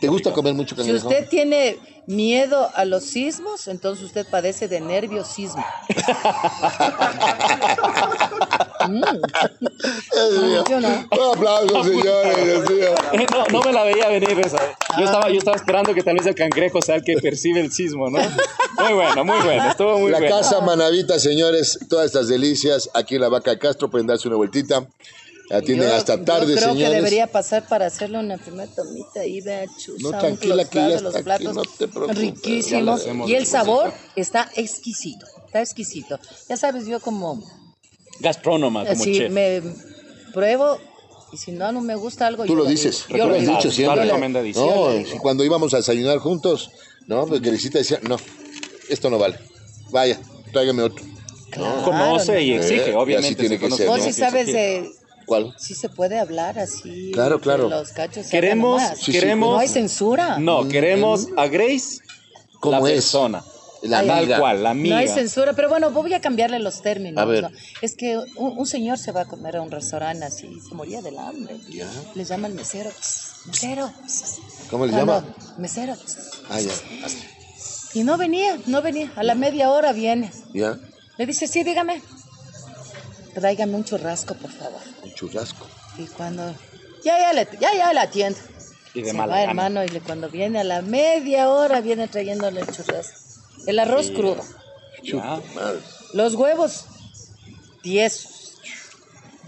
Speaker 3: ¿Te gusta comer mucho
Speaker 2: Si
Speaker 3: cangrejo?
Speaker 2: usted tiene miedo a los sismos, entonces usted padece de nerviosismo.
Speaker 3: Dios mío.
Speaker 2: Funcionó.
Speaker 3: <laughs> Un aplauso, señores. Dios mío.
Speaker 1: No, no me la veía venir esa. Yo estaba, yo estaba esperando que tal vez el cangrejo sea el que percibe el sismo, ¿no? Muy bueno, muy bueno. Estuvo muy
Speaker 3: la
Speaker 1: bueno.
Speaker 3: casa Manavita, señores, todas estas delicias aquí en la Vaca Castro pueden darse una vueltita. Atienden
Speaker 2: Yo-
Speaker 3: hasta
Speaker 2: yo
Speaker 3: tarde,
Speaker 2: creo
Speaker 3: señores.
Speaker 2: que debería pasar para hacerle una primera tomita y de achusa.
Speaker 3: No,
Speaker 2: un-
Speaker 3: tranquila,
Speaker 2: los
Speaker 3: que ya
Speaker 2: platos, los
Speaker 3: está aquí,
Speaker 2: platos
Speaker 3: no te preocupes.
Speaker 1: Ya lo
Speaker 2: riquísimos.
Speaker 1: hacemos
Speaker 2: Y el
Speaker 1: después.
Speaker 2: sabor está exquisito, está exquisito. Ya sabes, yo como,
Speaker 1: Gastrónoma, Ah, como
Speaker 2: así
Speaker 1: chef.
Speaker 2: me pruebo y si no, no me gusta algo.
Speaker 3: Tú
Speaker 2: yo
Speaker 3: lo
Speaker 2: le digo.
Speaker 3: dices,
Speaker 2: Yo
Speaker 3: tú lo
Speaker 1: lo
Speaker 3: has
Speaker 1: digo.
Speaker 3: dicho
Speaker 1: Está
Speaker 3: siempre.
Speaker 1: recomendadísimo.
Speaker 3: No,
Speaker 2: Yo lo digo.
Speaker 3: cuando íbamos a desayunar juntos, no, porque Grisita decía, no, esto no vale. Vaya, tráigame otro.
Speaker 2: Claro,
Speaker 1: Conoce y
Speaker 3: no.
Speaker 1: exige,
Speaker 3: Eh,
Speaker 1: obviamente.
Speaker 3: así tiene
Speaker 1: se
Speaker 3: que
Speaker 1: conoce,
Speaker 3: ser,
Speaker 2: Vos
Speaker 3: ¿no?
Speaker 2: si
Speaker 1: exige.
Speaker 2: sabes, eh,
Speaker 3: ¿Cuál?
Speaker 2: si se puede hablar así.
Speaker 3: Claro, claro.
Speaker 2: que Los cachos se hagan
Speaker 1: Queremos,
Speaker 2: nomás.
Speaker 3: Sí, sí,
Speaker 2: No
Speaker 1: queremos,
Speaker 2: hay censura.
Speaker 1: no, queremos a Grace
Speaker 3: ¿Cómo
Speaker 1: la
Speaker 3: Mm. es?
Speaker 1: persona.
Speaker 3: La
Speaker 1: Tal
Speaker 3: amiga.
Speaker 1: cual, la
Speaker 2: No
Speaker 1: amiga.
Speaker 2: hay censura, pero bueno, voy a cambiarle los términos.
Speaker 3: A ver.
Speaker 2: ¿no? Es que un, un señor se va a comer a un restaurante así, se moría del hambre.
Speaker 3: Ya.
Speaker 2: Le llama al mesero, "Psst, mesero. psst".
Speaker 3: ¿Cómo le
Speaker 2: Ah, no,
Speaker 3: llama?
Speaker 2: mesero. psst.
Speaker 3: Ah, ya.
Speaker 2: Y no venía, no venía. A la media hora viene.
Speaker 3: Ya,
Speaker 2: Le dice, sí, dígame. Tráigame un churrasco, por favor.
Speaker 3: un churrasco.
Speaker 2: Y cuando... Ya, ya, le, ya, ya la atiendo.
Speaker 1: Y de
Speaker 2: se
Speaker 1: mala
Speaker 2: va,
Speaker 1: gana.
Speaker 2: hermano, y le, cuando viene a la media hora viene trayéndole el churrasco. El arroz
Speaker 1: Sí.
Speaker 2: crudo.
Speaker 1: Ya.
Speaker 3: Madre.
Speaker 2: Los huevos tiesos.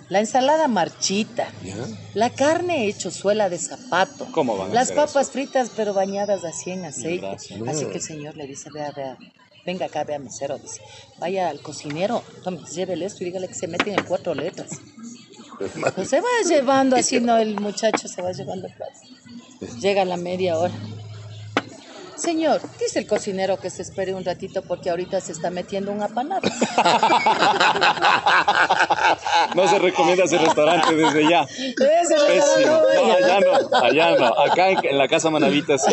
Speaker 2: La ensalada marchita.
Speaker 3: Ya.
Speaker 2: La carne hecho suela de zapato.
Speaker 1: ¿Cómo van a
Speaker 2: Las
Speaker 1: hacer
Speaker 2: papas fritas pero bañadas así en aceite.
Speaker 1: grasa.
Speaker 2: Así que el señor le dice, vea, vea, venga acá, vea mesero, dice, vaya al cocinero, tome, llévele esto y dígale que se meten en cuatro letras. Pues se va llevando así, no, el muchacho se va llevando el plato. Llega a la media hora. Señor, dice el cocinero que se espere un ratito porque ahorita se está metiendo un apanado.
Speaker 1: No se recomienda ese restaurante desde ya.
Speaker 2: Ese restaurante
Speaker 1: Pésimo.
Speaker 2: no
Speaker 1: No,
Speaker 2: vaya.
Speaker 1: allá no, allá no. Acá en, en la casa Manavita sí.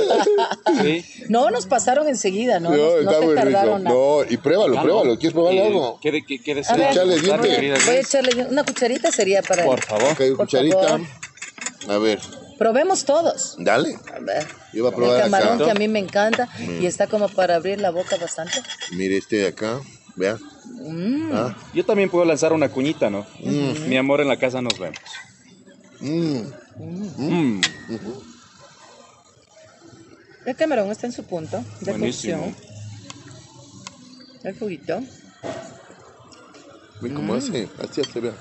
Speaker 1: Sí.
Speaker 2: No, nos pasaron enseguida, ¿no?
Speaker 3: No,
Speaker 2: Nos- no
Speaker 3: está
Speaker 2: te
Speaker 3: muy rico.
Speaker 2: tardaron nada.
Speaker 3: No, y pruébalo,
Speaker 1: Acá no.
Speaker 3: pruébalo. ¿Quieres probarle
Speaker 1: Eh,
Speaker 3: algo?
Speaker 1: ¿Qué, de- qué, qué
Speaker 2: A
Speaker 1: desea
Speaker 2: ver,
Speaker 3: Echarle
Speaker 1: degustar,
Speaker 3: diente.
Speaker 1: querida
Speaker 2: Voy a
Speaker 1: Grace?
Speaker 2: echarle yo- una cucharita sería para.
Speaker 1: Por favor.
Speaker 3: Ok,
Speaker 2: Por
Speaker 3: cucharita.
Speaker 2: favor.
Speaker 3: A ver,
Speaker 2: Probemos todos.
Speaker 3: dale.
Speaker 2: A ver.
Speaker 3: Yo voy a
Speaker 2: El
Speaker 3: probar
Speaker 2: camarón
Speaker 3: acá.
Speaker 2: que a mí me encanta y está como para abrir la boca bastante.
Speaker 3: Mire este de acá. Vea.
Speaker 2: Mm.
Speaker 3: Ah.
Speaker 1: Yo también puedo lanzar una cuñita, ¿no? Mi amor, en la casa nos vemos.
Speaker 3: Mm.
Speaker 1: Mm,
Speaker 2: El camarón está en su punto de
Speaker 1: buenísimo.
Speaker 2: cocción. El juguito,
Speaker 3: Ve
Speaker 2: Mm.
Speaker 3: cómo hace. Así hace, vea.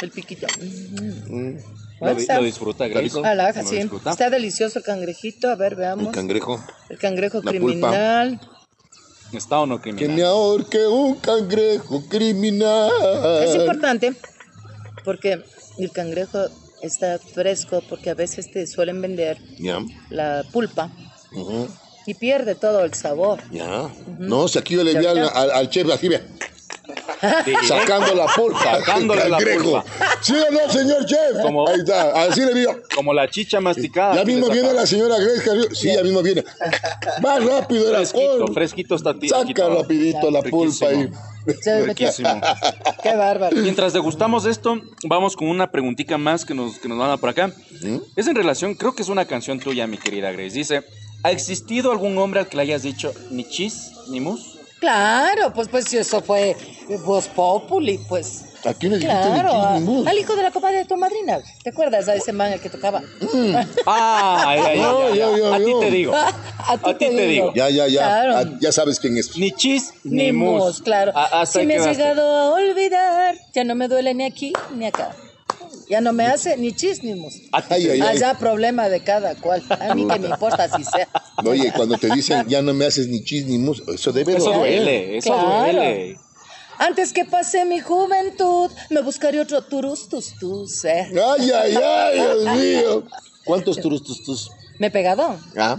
Speaker 2: el piquito.
Speaker 3: Mm.
Speaker 1: Lo, di-
Speaker 2: Está-
Speaker 1: lo disfruta, Grace.
Speaker 3: rico.
Speaker 2: a Ah, la hoja,
Speaker 1: ¿Lo
Speaker 2: sí.
Speaker 1: disfruta?
Speaker 2: Está delicioso el cangrejito. A ver,
Speaker 3: El
Speaker 2: veamos.
Speaker 3: cangrejo.
Speaker 2: El cangrejo
Speaker 3: La pulpa.
Speaker 2: criminal.
Speaker 1: ¿Está o no
Speaker 3: Que
Speaker 1: criminal?
Speaker 3: me ahorque un cangrejo criminal.
Speaker 2: Es importante porque el cangrejo está fresco porque a veces te suelen vender
Speaker 3: Ya.
Speaker 2: la pulpa
Speaker 3: ujú,
Speaker 2: y pierde todo el sabor.
Speaker 3: Ya. No, si aquí yo le vi al, al- al chef así, vea,
Speaker 1: Sí.
Speaker 3: sacando la pulpa.
Speaker 1: Sacándole
Speaker 3: el
Speaker 1: la
Speaker 3: cangrejo. ¿Sí o no, señor chef?
Speaker 1: Como-
Speaker 3: Ahí está. Así le vi yo.
Speaker 1: Como la chicha masticada.
Speaker 3: Ya
Speaker 1: que
Speaker 3: mismo
Speaker 1: le
Speaker 3: viene
Speaker 1: saca.
Speaker 3: la señora Grace Carrillo. Sí, ya mismo viene. Más rápido era.
Speaker 1: Fresquito,
Speaker 3: col.
Speaker 1: fresquito está ti-
Speaker 3: Saca
Speaker 1: quitado.
Speaker 3: rapidito la pulpa ahí.
Speaker 1: Riquísimo.
Speaker 3: <laughs>
Speaker 2: Se me-
Speaker 1: Riquísimo.
Speaker 2: Qué bárbaro.
Speaker 1: Mientras degustamos esto, vamos con una preguntita más que nos, que nos manda por acá.
Speaker 3: ¿Mm?
Speaker 1: Es en relación, creo que es una canción tuya, mi querida Grace. Dice, ¿ha existido algún hombre al que le hayas dicho ni chis, ni mus?
Speaker 2: Claro, pues pues si eso fue Voz Populi, pues.
Speaker 3: ¿A quién le dijiste
Speaker 2: Claro,
Speaker 3: ni
Speaker 2: a-
Speaker 3: chis ni mus?
Speaker 2: al hijo de la copa de tu madrina. ¿Te acuerdas a ese man al que tocaba?
Speaker 1: Ah, ay, ay,
Speaker 3: No,
Speaker 1: ay, ay,
Speaker 3: yo,
Speaker 1: ay. <laughs>
Speaker 3: yo,
Speaker 1: a ti
Speaker 3: yo.
Speaker 1: te digo.
Speaker 2: <laughs> a
Speaker 1: ti te digo.
Speaker 3: Ya, ya, ya.
Speaker 2: Claro.
Speaker 3: Ah, ya sabes quién es.
Speaker 1: Ni chis, ni,
Speaker 2: Ni
Speaker 1: mus.
Speaker 2: mus, claro.
Speaker 1: A- hasta
Speaker 2: si
Speaker 1: ahí
Speaker 2: me has
Speaker 1: quedaste.
Speaker 2: llegado a olvidar, ya no me duele ni aquí ni acá. Ya no me hace ni chis ni mus.
Speaker 1: A ti
Speaker 3: Ay,
Speaker 1: te
Speaker 3: ay,
Speaker 1: digo.
Speaker 3: ay.
Speaker 2: Allá problema de cada cual. A mí que me importa si sea.
Speaker 3: Oye, cuando te dicen ya no me haces ni chis ni mus, eso debe
Speaker 1: Eso
Speaker 3: doler.
Speaker 1: duele, eso
Speaker 2: Claro.
Speaker 1: duele.
Speaker 2: Antes que pase mi juventud, me buscaré otro turus tus tus. eh.
Speaker 3: Ay, ay, ay, Dios mío. ¿Cuántos turustus tus?
Speaker 2: Me he pegado.
Speaker 3: Ah.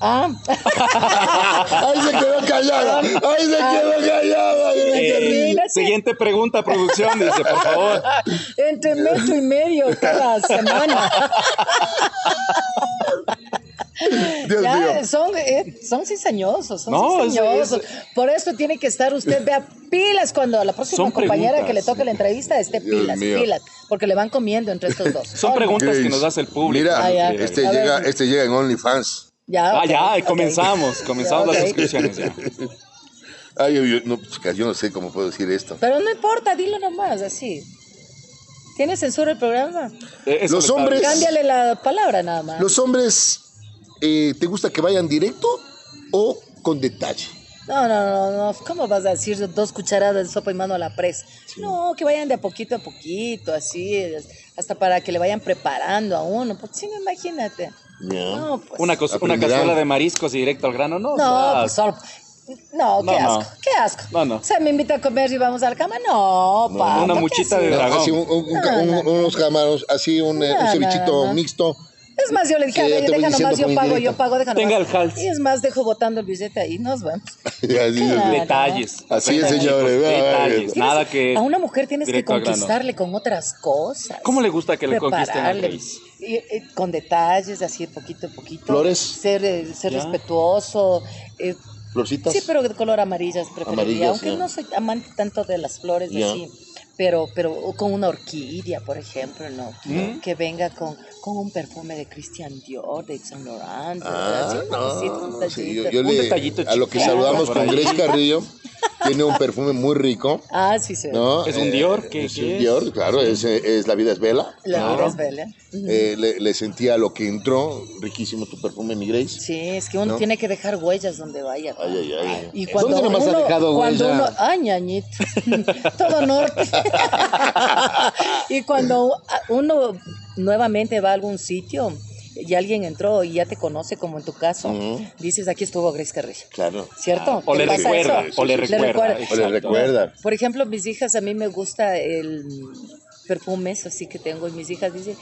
Speaker 2: Ah, <laughs>
Speaker 3: Ahí se quedó callada. Ahí se quedó callada.
Speaker 1: Eh,
Speaker 2: Imagínate.
Speaker 1: siguiente pregunta, producción, dice, por favor.
Speaker 2: Ah, entre metro y medio
Speaker 1: <laughs>
Speaker 2: cada semana.
Speaker 3: Dios
Speaker 2: Ya,
Speaker 3: mío.
Speaker 2: son, eh, son cizañosos, son
Speaker 1: No, es-
Speaker 2: cizañosos.
Speaker 1: es-
Speaker 2: Por eso tiene que estar usted, vea, pilas cuando a la próxima
Speaker 1: Son
Speaker 2: compañera
Speaker 1: preguntas.
Speaker 2: que le toque la entrevista esté
Speaker 3: Dios
Speaker 2: pilas,
Speaker 3: mío.
Speaker 2: pilas, porque le van comiendo entre estos dos.
Speaker 1: Son
Speaker 2: Oh, no.
Speaker 1: preguntas que
Speaker 3: Grace,
Speaker 1: nos hace el público.
Speaker 3: Mira,
Speaker 2: Ah, ya.
Speaker 3: este,
Speaker 2: A ver.
Speaker 3: llega, este llega en OnlyFans.
Speaker 2: Ya,
Speaker 1: Ah,
Speaker 2: ok,
Speaker 1: ya,
Speaker 2: ok.
Speaker 1: comenzamos, comenzamos las
Speaker 2: Ok.
Speaker 1: suscripciones ya.
Speaker 3: Ay, yo, yo- no, chicas, yo no sé cómo puedo decir esto.
Speaker 2: Pero no importa, dilo nomás, así. ¿Tiene censura el programa?
Speaker 1: Eh, eso
Speaker 3: Los
Speaker 1: le-
Speaker 3: hombres-
Speaker 2: Cámbiale la palabra nada más.
Speaker 3: Los hombres, eh, ¿te gusta que vayan directo o con detalle?
Speaker 2: No, no, no, no. ¿Cómo vas a decir dos cucharadas de sopa y mano a la presa? No, que vayan de a poquito a poquito, así, hasta para que le vayan preparando a uno. Porque si no, imagínate.
Speaker 3: No.
Speaker 2: No, pues.
Speaker 1: Una, cos- una
Speaker 3: Aprenderán.
Speaker 1: cazuela de mariscos y directo al grano, ¿no?
Speaker 2: No,
Speaker 1: Ah,
Speaker 2: pues solo- No, qué
Speaker 1: No, no.
Speaker 2: asco, qué asco.
Speaker 1: No, no.
Speaker 2: Se me invita a comer y vamos a la cama. No,
Speaker 3: No,
Speaker 2: papá.
Speaker 1: una
Speaker 2: ¿qué
Speaker 1: muchita
Speaker 2: así?
Speaker 1: de dragón.
Speaker 3: así un- un- un-
Speaker 2: No, no.
Speaker 3: un- unos camarones, así un, eh, un
Speaker 2: No,
Speaker 3: cevichito
Speaker 2: no, no.
Speaker 3: mixto. <laughs>
Speaker 2: Es más, yo le dije, a
Speaker 3: Que ya
Speaker 2: ver,
Speaker 3: te voy
Speaker 2: deja nomás,
Speaker 3: diciendo
Speaker 2: yo
Speaker 3: con
Speaker 2: pago,
Speaker 3: indirecta.
Speaker 2: yo pago, deja
Speaker 1: Tenga
Speaker 2: nomás.
Speaker 1: el jals.
Speaker 2: Y es más, dejo botando el billete ahí, nos vamos.
Speaker 3: Así es.
Speaker 2: Claro.
Speaker 1: Detalles.
Speaker 3: Así es,
Speaker 1: Detalles,
Speaker 3: señores.
Speaker 1: Detalles.
Speaker 2: Tienes-
Speaker 1: Nada que.
Speaker 2: A una mujer tienes que
Speaker 1: directo al grano.
Speaker 2: conquistarle con otras cosas.
Speaker 1: ¿Cómo le gusta que le conquisten a
Speaker 2: Prepararle.
Speaker 1: Grace?
Speaker 2: Y, eh, con detalles, así de poquito a poquito.
Speaker 3: Flores.
Speaker 2: Ser, eh, ser
Speaker 1: Ya.
Speaker 2: respetuoso. eh,
Speaker 3: Florcitas.
Speaker 2: sí, pero de color amarillas preferiría.
Speaker 3: Amarillas,
Speaker 2: aunque
Speaker 3: ya.
Speaker 2: no soy amante tanto de las flores
Speaker 3: Ya.
Speaker 2: así. Pero, pero con una orquídea, por ejemplo, ¿no?
Speaker 1: ¿Mm?
Speaker 2: Que venga con, con un perfume de Christian Dior, de Saint Laurent.
Speaker 3: Ah,
Speaker 2: así, un poquito, un
Speaker 3: no, sí, yo,
Speaker 2: detallito.
Speaker 3: yo
Speaker 1: Un
Speaker 3: le-
Speaker 1: detallito
Speaker 3: a lo que
Speaker 1: chiquito
Speaker 3: saludamos
Speaker 1: por
Speaker 3: con
Speaker 1: ahí.
Speaker 3: Grace Carrillo, tiene un perfume muy rico,
Speaker 2: Ah, sí, sí.
Speaker 3: ¿no?
Speaker 1: Es un Dior, ¿qué-
Speaker 3: es
Speaker 1: qué
Speaker 3: un
Speaker 1: es?
Speaker 3: Dior, claro, es, eh, es La vida es vela.
Speaker 2: La
Speaker 1: Claro.
Speaker 2: vida es bella. Ujú.
Speaker 3: Eh, le, le sentía lo que entró, riquísimo tu perfume, mi Grace.
Speaker 2: Sí, es que uno
Speaker 3: ¿No?
Speaker 2: tiene que dejar huellas donde vaya.
Speaker 3: Ay, ay, ay.
Speaker 2: Y
Speaker 3: ¿Dónde nomás ha dejado
Speaker 2: cuando
Speaker 3: huella?
Speaker 2: uno- ay, ñañito, <laughs> todo norte. <laughs> y cuando uno nuevamente va a algún sitio y alguien entró y ya te conoce, como en tu caso,
Speaker 3: Ujú.
Speaker 2: dices, aquí estuvo Grace Carrillo,
Speaker 3: Claro.
Speaker 2: ¿cierto?
Speaker 1: O
Speaker 2: ¿Te
Speaker 1: le
Speaker 2: pasa
Speaker 1: recuerda.
Speaker 2: eso?
Speaker 1: O le
Speaker 3: Mm. Ah, Le
Speaker 1: recuerda.
Speaker 2: recuerda.
Speaker 3: O le
Speaker 1: exacto.
Speaker 3: recuerda.
Speaker 2: Por ejemplo, mis hijas, a mí me gusta el perfumes así que tengo y mis hijas dicen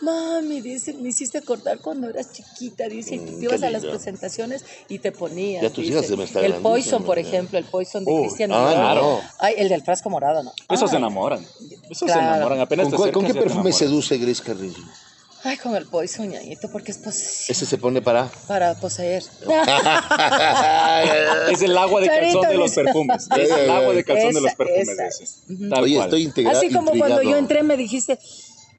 Speaker 2: mami dice me hiciste acordar cuando eras chiquita dice y tú
Speaker 3: Mm,
Speaker 2: te
Speaker 3: qué
Speaker 2: ibas a las
Speaker 3: lindo.
Speaker 2: presentaciones y te ponías
Speaker 3: Ya tus
Speaker 2: dice.
Speaker 3: hijas se me están
Speaker 2: el
Speaker 3: grandísimas,
Speaker 2: poison por
Speaker 3: ya.
Speaker 2: ejemplo el poison de
Speaker 1: Uy,
Speaker 2: Cristian
Speaker 3: ah,
Speaker 2: Dior.
Speaker 3: claro.
Speaker 2: ay el del frasco morado no
Speaker 1: Eso se
Speaker 2: Ay,
Speaker 1: enamoran. Eso se
Speaker 2: Ah. Claro.
Speaker 1: enamoran. Apenas
Speaker 3: ¿Con,
Speaker 1: te
Speaker 3: cuál- con
Speaker 1: acercas, ya
Speaker 3: qué
Speaker 1: te
Speaker 3: perfume
Speaker 1: enamoras.
Speaker 3: seduce Grace Carrillo?
Speaker 2: ay con el poison ñañito porque es pos-
Speaker 3: Ese se pone <laughs> para.
Speaker 2: para poseer
Speaker 1: Es el agua de
Speaker 2: Clarito,
Speaker 1: calzón de los
Speaker 2: dice.
Speaker 3: <laughs>
Speaker 1: perfumes. Es el agua de calzón de los
Speaker 2: Esa,
Speaker 1: perfumes.
Speaker 2: esa
Speaker 1: ese.
Speaker 2: es.
Speaker 1: Tal
Speaker 3: Oye,
Speaker 1: cual.
Speaker 3: estoy integrado.
Speaker 2: así como cuando yo entré me dijiste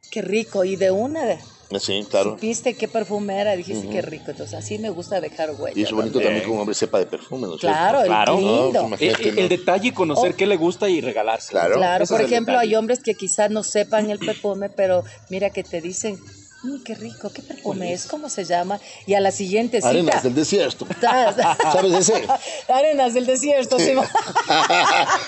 Speaker 2: qué rico y de una de
Speaker 3: Ah, Sí, claro.
Speaker 2: supiste qué perfume era dijiste qué rico entonces así me gusta dejar huella
Speaker 3: Y es bonito
Speaker 1: también.
Speaker 3: también que un hombre sepa de perfume, ¿no es
Speaker 2: Claro, el
Speaker 1: Claro.
Speaker 2: lindo.
Speaker 3: No,
Speaker 1: Eh, eh, El,
Speaker 3: ¿no?
Speaker 1: detalle y conocer
Speaker 2: Oh.
Speaker 1: qué le gusta y regalarse.
Speaker 3: Claro.
Speaker 2: Claro,
Speaker 1: Ese
Speaker 2: por
Speaker 1: es el
Speaker 2: ejemplo,
Speaker 1: detalle.
Speaker 2: hay hombres que quizás no sepan el perfume, pero mira que te dicen, "Mm, qué rico, qué perfume es, cómo se llama, y a la siguiente cita.
Speaker 3: Arenas
Speaker 2: <laughs>
Speaker 3: del desierto. <laughs>
Speaker 2: tas-
Speaker 3: ¿Sabes ese?
Speaker 2: Arenas del desierto, sí. va.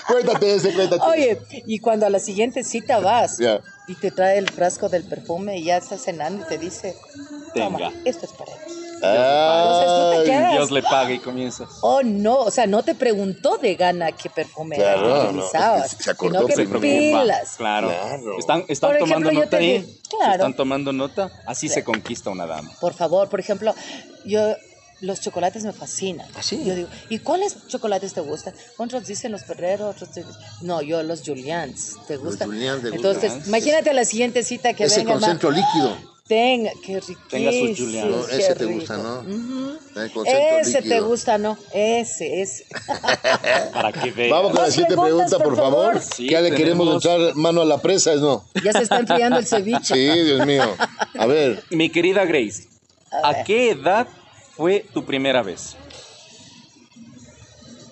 Speaker 3: cuéntate ese, cuéntate.
Speaker 2: Oye, y cuando a la siguiente cita vas
Speaker 3: Ya.
Speaker 2: y te trae el frasco del perfume y ya estás cenando y te dice, toma,
Speaker 1: Tenga.
Speaker 2: esto es para ti.
Speaker 3: Ay,
Speaker 2: Entonces tú te quedas.
Speaker 1: Dios le pague y comienzas.
Speaker 2: Oh, no, o sea, no te preguntó de gana qué perfume era
Speaker 3: Claro,
Speaker 2: que
Speaker 3: no,
Speaker 2: utilizabas,
Speaker 3: se acordó
Speaker 2: sino que
Speaker 3: primero.
Speaker 2: pilas.
Speaker 1: Claro.
Speaker 3: Claro.
Speaker 1: Están, están
Speaker 2: Por ejemplo,
Speaker 1: tomando
Speaker 2: yo
Speaker 1: nota
Speaker 2: te
Speaker 1: ahí.
Speaker 2: digo, claro.
Speaker 1: Están tomando nota. Así se conquista una dama.
Speaker 2: Por favor, por ejemplo, yo los chocolates me fascinan.
Speaker 3: ¿Ah, sí?
Speaker 2: Yo digo, ¿y cuáles chocolates te gustan? Otros dicen los Ferreros, otros dicen... No, yo los Julians, ¿te gustan?
Speaker 3: Julians, ¿te gustan?
Speaker 2: Entonces,
Speaker 1: Ah, sí.
Speaker 2: imagínate la siguiente cita que
Speaker 3: ese
Speaker 2: venga
Speaker 3: con
Speaker 2: ma-
Speaker 3: centro líquido.
Speaker 2: Tenga, qué riquísimo.
Speaker 1: Tenga sus Julians.
Speaker 3: No,
Speaker 2: qué
Speaker 3: ese te
Speaker 2: rico.
Speaker 3: gusta, ¿no?
Speaker 2: Ujú.
Speaker 3: El con centro
Speaker 2: Ese te
Speaker 3: líquido.
Speaker 2: gusta, ¿no? Ese, ese.
Speaker 1: Para que vea.
Speaker 3: Vamos con la
Speaker 2: Más
Speaker 3: siguiente
Speaker 2: preguntas,
Speaker 3: pregunta, por,
Speaker 2: por
Speaker 3: favor.
Speaker 2: favor.
Speaker 1: Sí,
Speaker 3: ya le queremos
Speaker 1: tenemos-
Speaker 3: echar mano a la presa, ¿es ¿no?
Speaker 2: Ya se está enfriando el ceviche.
Speaker 3: <laughs> Sí, Dios mío. A ver,
Speaker 1: Mi querida Grace,
Speaker 2: A
Speaker 1: ¿a
Speaker 2: ver.
Speaker 1: qué edad fue tu primera vez?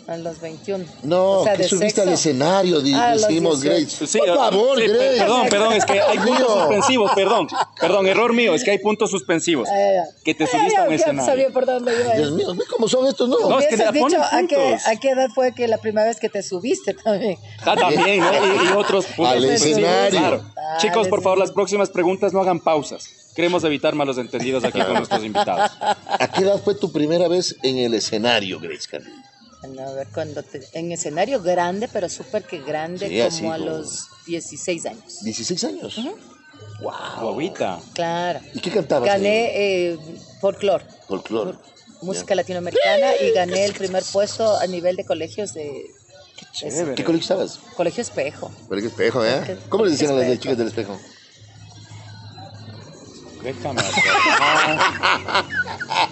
Speaker 2: A los 21.
Speaker 3: no,
Speaker 2: <laughs> O sea,
Speaker 3: que
Speaker 2: de
Speaker 3: subiste al
Speaker 2: sexo.
Speaker 3: escenario, di-
Speaker 2: Ah, los
Speaker 3: dijimos,
Speaker 2: 18.
Speaker 3: Grace.
Speaker 1: Sí,
Speaker 3: por
Speaker 1: eh,
Speaker 3: favor,
Speaker 1: sí, pe-
Speaker 3: Grace.
Speaker 1: Perdón, perdón, es que hay puntos
Speaker 3: Mío.
Speaker 1: suspensivos, perdón. Perdón, error mío, es que hay puntos suspensivos.
Speaker 2: Eh,
Speaker 1: Que te subiste a un
Speaker 2: ya
Speaker 1: escenario.
Speaker 2: sabía por dónde iba.
Speaker 3: Dios mío, ve cómo son estos, ¿no?
Speaker 1: No, es que
Speaker 2: Hubieses
Speaker 1: le
Speaker 2: dicho
Speaker 1: ponen
Speaker 2: a qué,
Speaker 1: puntos.
Speaker 2: a qué edad fue que la primera vez que te subiste también.
Speaker 1: Ah, también, ¿no? Y, y otros puntos.
Speaker 3: Al
Speaker 1: suspensivos,
Speaker 3: escenario.
Speaker 2: Ah,
Speaker 1: Chicos,
Speaker 2: al
Speaker 1: por favor,
Speaker 2: escenario.
Speaker 1: las próximas preguntas no hagan pausas. Queremos evitar malos entendidos aquí con nuestros
Speaker 2: <laughs>
Speaker 1: invitados.
Speaker 3: ¿A qué edad fue tu primera vez en el escenario, Grace Carrillo?
Speaker 2: Bueno, a ver, cuando te- en escenario grande, pero súper que grande,
Speaker 3: Sí,
Speaker 2: como
Speaker 3: así
Speaker 2: a
Speaker 3: como-
Speaker 2: los 16 años.
Speaker 3: 16 años.
Speaker 1: Guaguita.
Speaker 2: Claro.
Speaker 3: ¿Y qué cantabas?
Speaker 2: Gané eh, folclore,
Speaker 3: Folclor.
Speaker 2: música latinoamericana, y gané el primer puesto a nivel de colegios de
Speaker 1: Chévere.
Speaker 3: ¿Qué colegio estabas?
Speaker 2: Colegio Espejo.
Speaker 3: Pero qué espejo, ¿eh?
Speaker 2: Ok.
Speaker 3: ¿Cómo le decían a las
Speaker 2: Espejo.
Speaker 3: chicas del espejo?
Speaker 1: Déjame.
Speaker 3: <laughs>
Speaker 1: acordar.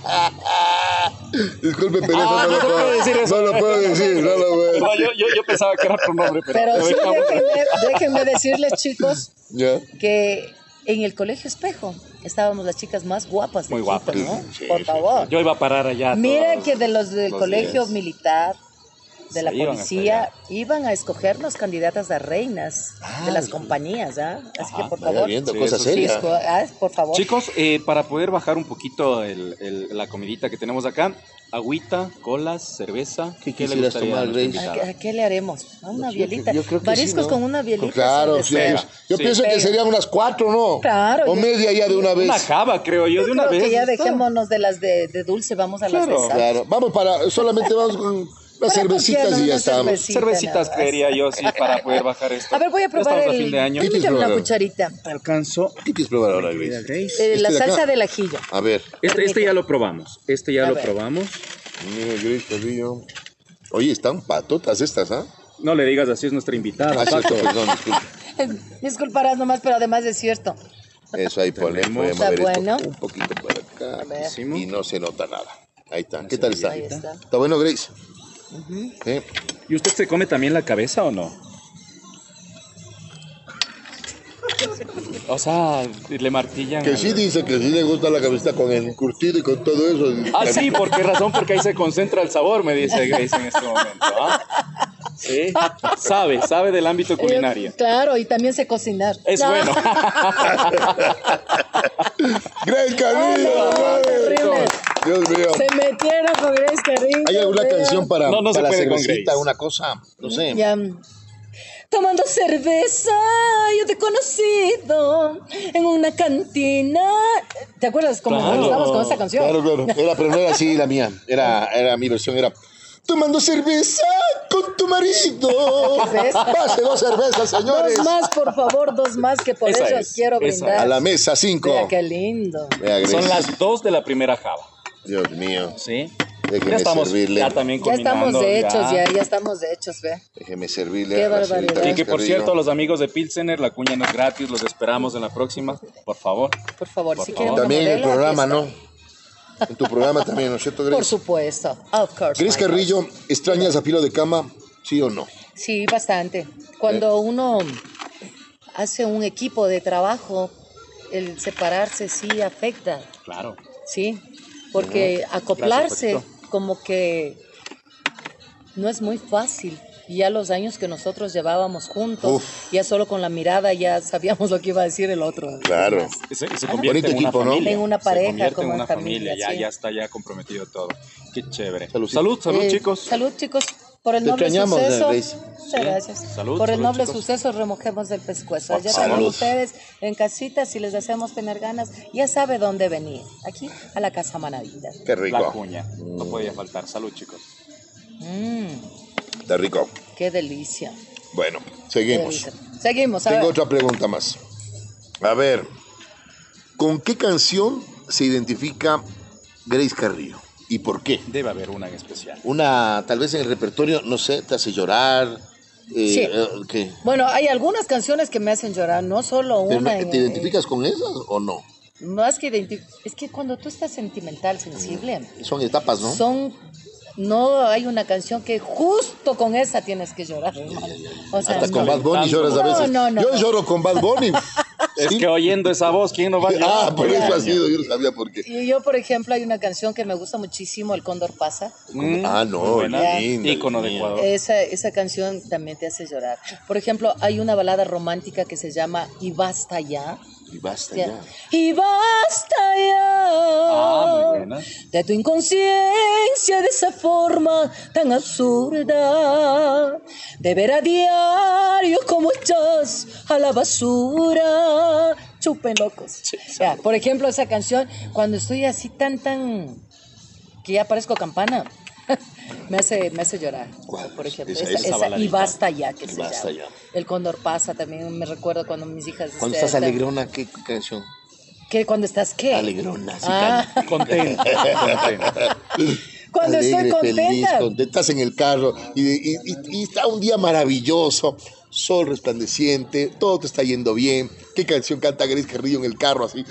Speaker 3: Disculpe, pero
Speaker 1: Ah,
Speaker 3: no, lo puedo
Speaker 1: decir eso.
Speaker 3: No lo puedo decir, no lo puedo
Speaker 1: No, yo, yo- yo pensaba que era tu nombre, pero.
Speaker 2: Pero sí,
Speaker 1: déjame-
Speaker 2: déjenme, déjenme decirles, chicos,
Speaker 3: <laughs> ¿Ya?
Speaker 2: que en el Colegio Espejo estábamos las chicas más guapas de
Speaker 1: Muy
Speaker 2: Quito,
Speaker 1: guapas.
Speaker 2: ¿no?
Speaker 3: Sí,
Speaker 2: Por
Speaker 3: sí,
Speaker 2: favor.
Speaker 1: Yo iba a parar allá.
Speaker 2: Mira
Speaker 1: todos
Speaker 2: que de los del
Speaker 1: los
Speaker 2: colegio
Speaker 1: días.
Speaker 2: militar de la
Speaker 1: Se iban hasta
Speaker 2: policía
Speaker 1: allá.
Speaker 2: iban a escoger las candidatas a reinas
Speaker 3: Ah,
Speaker 2: de las
Speaker 3: sí.
Speaker 2: compañías, ¿ah? Así
Speaker 1: Ajá,
Speaker 2: que por
Speaker 3: Vaya
Speaker 2: favor,
Speaker 3: viendo,
Speaker 1: Sí,
Speaker 3: cosa
Speaker 1: eso sí.
Speaker 3: seria.
Speaker 2: esco- ah, por favor.
Speaker 1: Chicos, eh, para poder bajar un poquito el- el- la comidita que tenemos acá, agüita, colas, cerveza. le
Speaker 3: ¿Qué quisieras
Speaker 1: gustaría a nuestra
Speaker 3: tomar, Grace?
Speaker 2: ¿A
Speaker 1: invitada?
Speaker 2: qué, a qué le haremos? ¿A una
Speaker 3: Yo creo que-
Speaker 2: bielita?
Speaker 3: yo creo que sí,
Speaker 2: Mariscos
Speaker 3: ¿no?
Speaker 2: con una bielita.
Speaker 3: Claro,
Speaker 2: se
Speaker 3: sí.
Speaker 2: desea.
Speaker 1: pega.
Speaker 3: Yo
Speaker 1: Sí.
Speaker 3: pienso que
Speaker 2: Pega.
Speaker 3: serían unas cuatro, ¿no?
Speaker 2: Claro,
Speaker 3: O
Speaker 2: yo-
Speaker 3: media ya de una vez.
Speaker 1: Una java, creo yo, de una
Speaker 2: Creo que
Speaker 1: vez.
Speaker 2: ya
Speaker 1: está.
Speaker 2: dejémonos de las de, de dulce, vamos a
Speaker 1: Claro.
Speaker 2: las de sal.
Speaker 3: Claro, vamos para, solamente vamos con las cervecitas y ya estamos.
Speaker 1: Cervecitas,
Speaker 2: quería
Speaker 1: creería yo, sí, para poder bajar esto.
Speaker 2: A ver, voy a
Speaker 1: Ya
Speaker 2: probar
Speaker 1: estamos a
Speaker 2: el...
Speaker 1: fin de año.
Speaker 3: ¿Qué?
Speaker 2: Permítame una
Speaker 3: Claro.
Speaker 2: cucharita.
Speaker 1: Alcanzó
Speaker 3: ¿Qué quieres probar ahora,
Speaker 1: Mira,
Speaker 3: Grace?
Speaker 1: Grace.
Speaker 2: Eh, la
Speaker 3: de acá.
Speaker 2: salsa del ajillo.
Speaker 3: A ver,
Speaker 1: Este, este ya lo probamos. Este ya
Speaker 2: A
Speaker 1: lo
Speaker 2: ver.
Speaker 1: probamos.
Speaker 3: mira, Grace Carrillo. Oye, están patotas estas, ¿ah?
Speaker 1: No le digas así, es nuestra invitada.
Speaker 3: Ah, cierto,
Speaker 1: Paco.
Speaker 3: perdón, disculpe.
Speaker 2: Disculparás nomás, pero además es cierto.
Speaker 3: Eso ahí ponemos. Voy a
Speaker 2: Está
Speaker 3: mover esto
Speaker 2: bueno.
Speaker 3: un poquito para
Speaker 2: A
Speaker 3: acá.
Speaker 2: ver.
Speaker 1: Hicimos.
Speaker 3: Y no se nota nada. Ahí está. ¿Qué tal está?
Speaker 2: Ahí está.
Speaker 3: ¿Está bueno, Grace? ¿Eh?
Speaker 1: ¿Y usted se come también la cabeza o no? O sea, le martillan.
Speaker 3: Que
Speaker 1: al-
Speaker 3: sí dice que sí le gusta la cabecita con el curtido y con todo eso.
Speaker 1: Ah, sí, ¿por qué razón? Porque ahí se concentra el sabor, me dice Grace en este momento. ¿ah? Sí, sabe, sabe del ámbito culinario.
Speaker 2: Eh, claro, y también sé cocinar.
Speaker 1: Es
Speaker 2: No, <laughs>
Speaker 1: bueno.
Speaker 3: Grace Carrillo,
Speaker 2: no,
Speaker 3: brother.
Speaker 2: terrible.
Speaker 3: Dios mío.
Speaker 2: Se metieron con Grace Carrillo.
Speaker 3: ¿Hay alguna
Speaker 2: vean.
Speaker 3: canción para,
Speaker 1: No, no se
Speaker 3: para
Speaker 1: puede con
Speaker 3: cervecita,
Speaker 1: Grace.
Speaker 3: una cosa? No sé.
Speaker 2: Ya. Tomando cerveza, yo te he conocido en una cantina. ¿Te acuerdas cómo
Speaker 1: Claro.
Speaker 2: empezamos con esta canción?
Speaker 3: Claro, claro. Era, pero no era así la mía. Era, era mi versión, era tomando cerveza con tu marido.
Speaker 2: ¿Ves?
Speaker 3: Pase dos cervezas, señores.
Speaker 2: Dos más, por favor, dos más, que por
Speaker 1: Esa
Speaker 2: eso
Speaker 1: es,
Speaker 2: quiero
Speaker 1: esa
Speaker 2: brindar.
Speaker 3: A la mesa, cinco.
Speaker 2: Mira, qué lindo.
Speaker 3: Vea, Grace.
Speaker 1: Son las dos de la primera java.
Speaker 3: Dios mío.
Speaker 1: ¿sí.
Speaker 3: Déjeme
Speaker 1: ya estamos
Speaker 3: servirle.
Speaker 1: ya también
Speaker 2: Ya
Speaker 1: combinando,
Speaker 2: estamos hechos, ya, ya estamos hechos, ve.
Speaker 3: Déjeme servirle.
Speaker 2: Qué
Speaker 3: a la señorita
Speaker 2: barbaridad.
Speaker 1: Y que por
Speaker 3: Carrillo.
Speaker 1: cierto, los amigos de Pilsener, la cuña no es gratis, los esperamos en la próxima, por favor.
Speaker 2: Por favor,
Speaker 1: Por
Speaker 2: si
Speaker 1: favor.
Speaker 2: quieren una
Speaker 3: También en el
Speaker 2: modelo, aquí
Speaker 3: programa,
Speaker 2: está.
Speaker 3: ¿no? En tu programa también, ¿no es cierto, Grace?
Speaker 2: Por supuesto, of course.
Speaker 3: Grace
Speaker 2: my
Speaker 3: Carrillo, ¿extrañas a Pilo de Cama? ¿Sí o no?
Speaker 2: God. Sí, bastante. Cuando uno hace un equipo de trabajo, el separarse sí afecta,
Speaker 1: Claro.
Speaker 2: ¿sí? Porque acoplarse
Speaker 1: Gracias,
Speaker 2: como que no es muy fácil. Y ya los años que nosotros llevábamos juntos,
Speaker 3: Uf.
Speaker 2: ya solo con la mirada ya sabíamos lo que iba a decir el otro.
Speaker 3: Claro.
Speaker 1: Y Se, y
Speaker 2: Ah,
Speaker 1: se convierte
Speaker 3: Bonito
Speaker 1: en una
Speaker 3: equipo, ¿no?
Speaker 1: familia.
Speaker 2: En una
Speaker 1: se
Speaker 2: pareja,
Speaker 1: convierte
Speaker 2: como
Speaker 1: en una
Speaker 2: en familia,
Speaker 1: familia, ya,
Speaker 2: sí.
Speaker 1: ya está ya comprometido todo. Qué chévere. Salud,
Speaker 3: Saludcita.
Speaker 1: salud,
Speaker 2: Eh,
Speaker 1: chicos.
Speaker 2: Salud, chicos, por el
Speaker 3: Te
Speaker 2: noble
Speaker 3: extrañamos,
Speaker 2: suceso.
Speaker 3: Grace.
Speaker 2: Muchas gracias.
Speaker 1: Salud,
Speaker 2: por el
Speaker 1: salud,
Speaker 2: noble
Speaker 1: chicos.
Speaker 2: suceso remojemos del pescuezo. Ya
Speaker 3: Salud.
Speaker 2: saben ustedes en casita, si les hacemos tener ganas, ya sabe dónde venir. Aquí a la casa Manavida.
Speaker 3: Qué
Speaker 1: La
Speaker 3: rico.
Speaker 1: cuña. No podía faltar. Salud, chicos.
Speaker 2: Mmm,
Speaker 3: Está rico.
Speaker 2: qué delicia.
Speaker 3: Bueno,
Speaker 2: qué
Speaker 3: seguimos.
Speaker 2: delicia. Seguimos. a
Speaker 3: Tengo
Speaker 2: ver.
Speaker 3: otra pregunta más. A ver, ¿con qué canción se identifica Grace Carrillo? ¿Y por qué?
Speaker 1: Debe haber una en especial.
Speaker 3: Una, tal vez en el repertorio, no sé, te hace llorar. eh,
Speaker 2: Sí.
Speaker 3: eh, ¿qué?
Speaker 2: Bueno, hay algunas canciones que me hacen llorar, no solo
Speaker 3: Pero
Speaker 2: una.
Speaker 3: no-
Speaker 2: en-
Speaker 3: ¿Te identificas con esas o no?
Speaker 2: en- más que identi- Es que cuando tú estás sentimental, sensible,
Speaker 3: Son etapas, Mm, ¿no?
Speaker 2: son no hay una canción que justo con esa tienes que llorar hermano. o sea
Speaker 3: Hasta con
Speaker 2: no.
Speaker 3: Bad Bunny lloras a
Speaker 2: No,
Speaker 3: veces.
Speaker 2: no, no,
Speaker 3: Yo
Speaker 2: no.
Speaker 3: lloro con
Speaker 2: <laughs>
Speaker 3: Bad Bunny.
Speaker 1: Es
Speaker 3: Sí.
Speaker 1: que oyendo esa voz, ¿quién no va a llorar?
Speaker 3: Ah, por eso ha sido, yo no sabía por qué.
Speaker 2: y yo por ejemplo hay una canción que me gusta muchísimo el cóndor pasa
Speaker 1: Mm,
Speaker 3: Ah, no,
Speaker 1: muy buena.
Speaker 3: linda,
Speaker 1: Ícono de
Speaker 3: mía.
Speaker 1: Ecuador.
Speaker 2: esa esa canción también te hace llorar por ejemplo hay una balada romántica que se llama y basta ya
Speaker 3: Y basta
Speaker 2: Ya.
Speaker 3: ya.
Speaker 2: y basta ya
Speaker 1: Ah, muy buena.
Speaker 2: de tu inconsciencia de esa forma tan absurda, de ver a diario como echas a la basura, chupen locos. Ya, por ejemplo, esa canción, cuando estoy así tan, tan, que ya parezco campana, <laughs> me, hace, me hace llorar.
Speaker 3: ¿Cuál?
Speaker 2: Por ejemplo,
Speaker 3: Esa-
Speaker 2: esa,
Speaker 3: esa
Speaker 2: esa- y
Speaker 1: baladita.
Speaker 2: basta ya, que
Speaker 3: Y
Speaker 2: se
Speaker 3: basta
Speaker 2: llama.
Speaker 3: ya.
Speaker 2: El cóndor pasa también, me recuerdo cuando mis hijas...
Speaker 3: Cuando
Speaker 2: este,
Speaker 3: estás
Speaker 2: están-
Speaker 3: alegrona, ¿qué canción?
Speaker 2: ¿Qué? ¿Cuando estás qué?
Speaker 3: Alegrona, sí,
Speaker 2: Ah.
Speaker 3: canta.
Speaker 1: Contento, contento.
Speaker 2: Cuando estoy
Speaker 3: Alegre,
Speaker 2: contenta.
Speaker 3: feliz, contenta. Estás en el carro y, y- y- y está un día maravilloso, sol resplandeciente, todo te está yendo bien. ¿Qué canción canta Grace Carrillo en el carro así?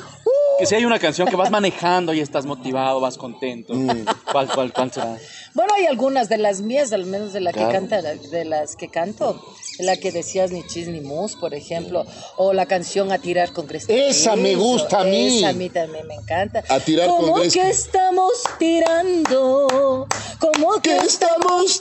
Speaker 1: que si hay una canción que vas manejando y estás motivado, vas contento.
Speaker 3: Mm.
Speaker 1: ¿Cuál, cuál, cuál será?
Speaker 2: Bueno, hay algunas de las mías, al menos de la
Speaker 3: Claro.
Speaker 2: que canta, de las que canto, de la que decías ni chis ni mus, por ejemplo, o la canción a tirar con Crespi.
Speaker 3: Esa me gusta a mí.
Speaker 2: Esa a mí también me encanta.
Speaker 3: A tirar con
Speaker 2: Como
Speaker 3: Crespi.
Speaker 2: que estamos tirando, como
Speaker 3: ¿Qué
Speaker 2: que
Speaker 3: estamos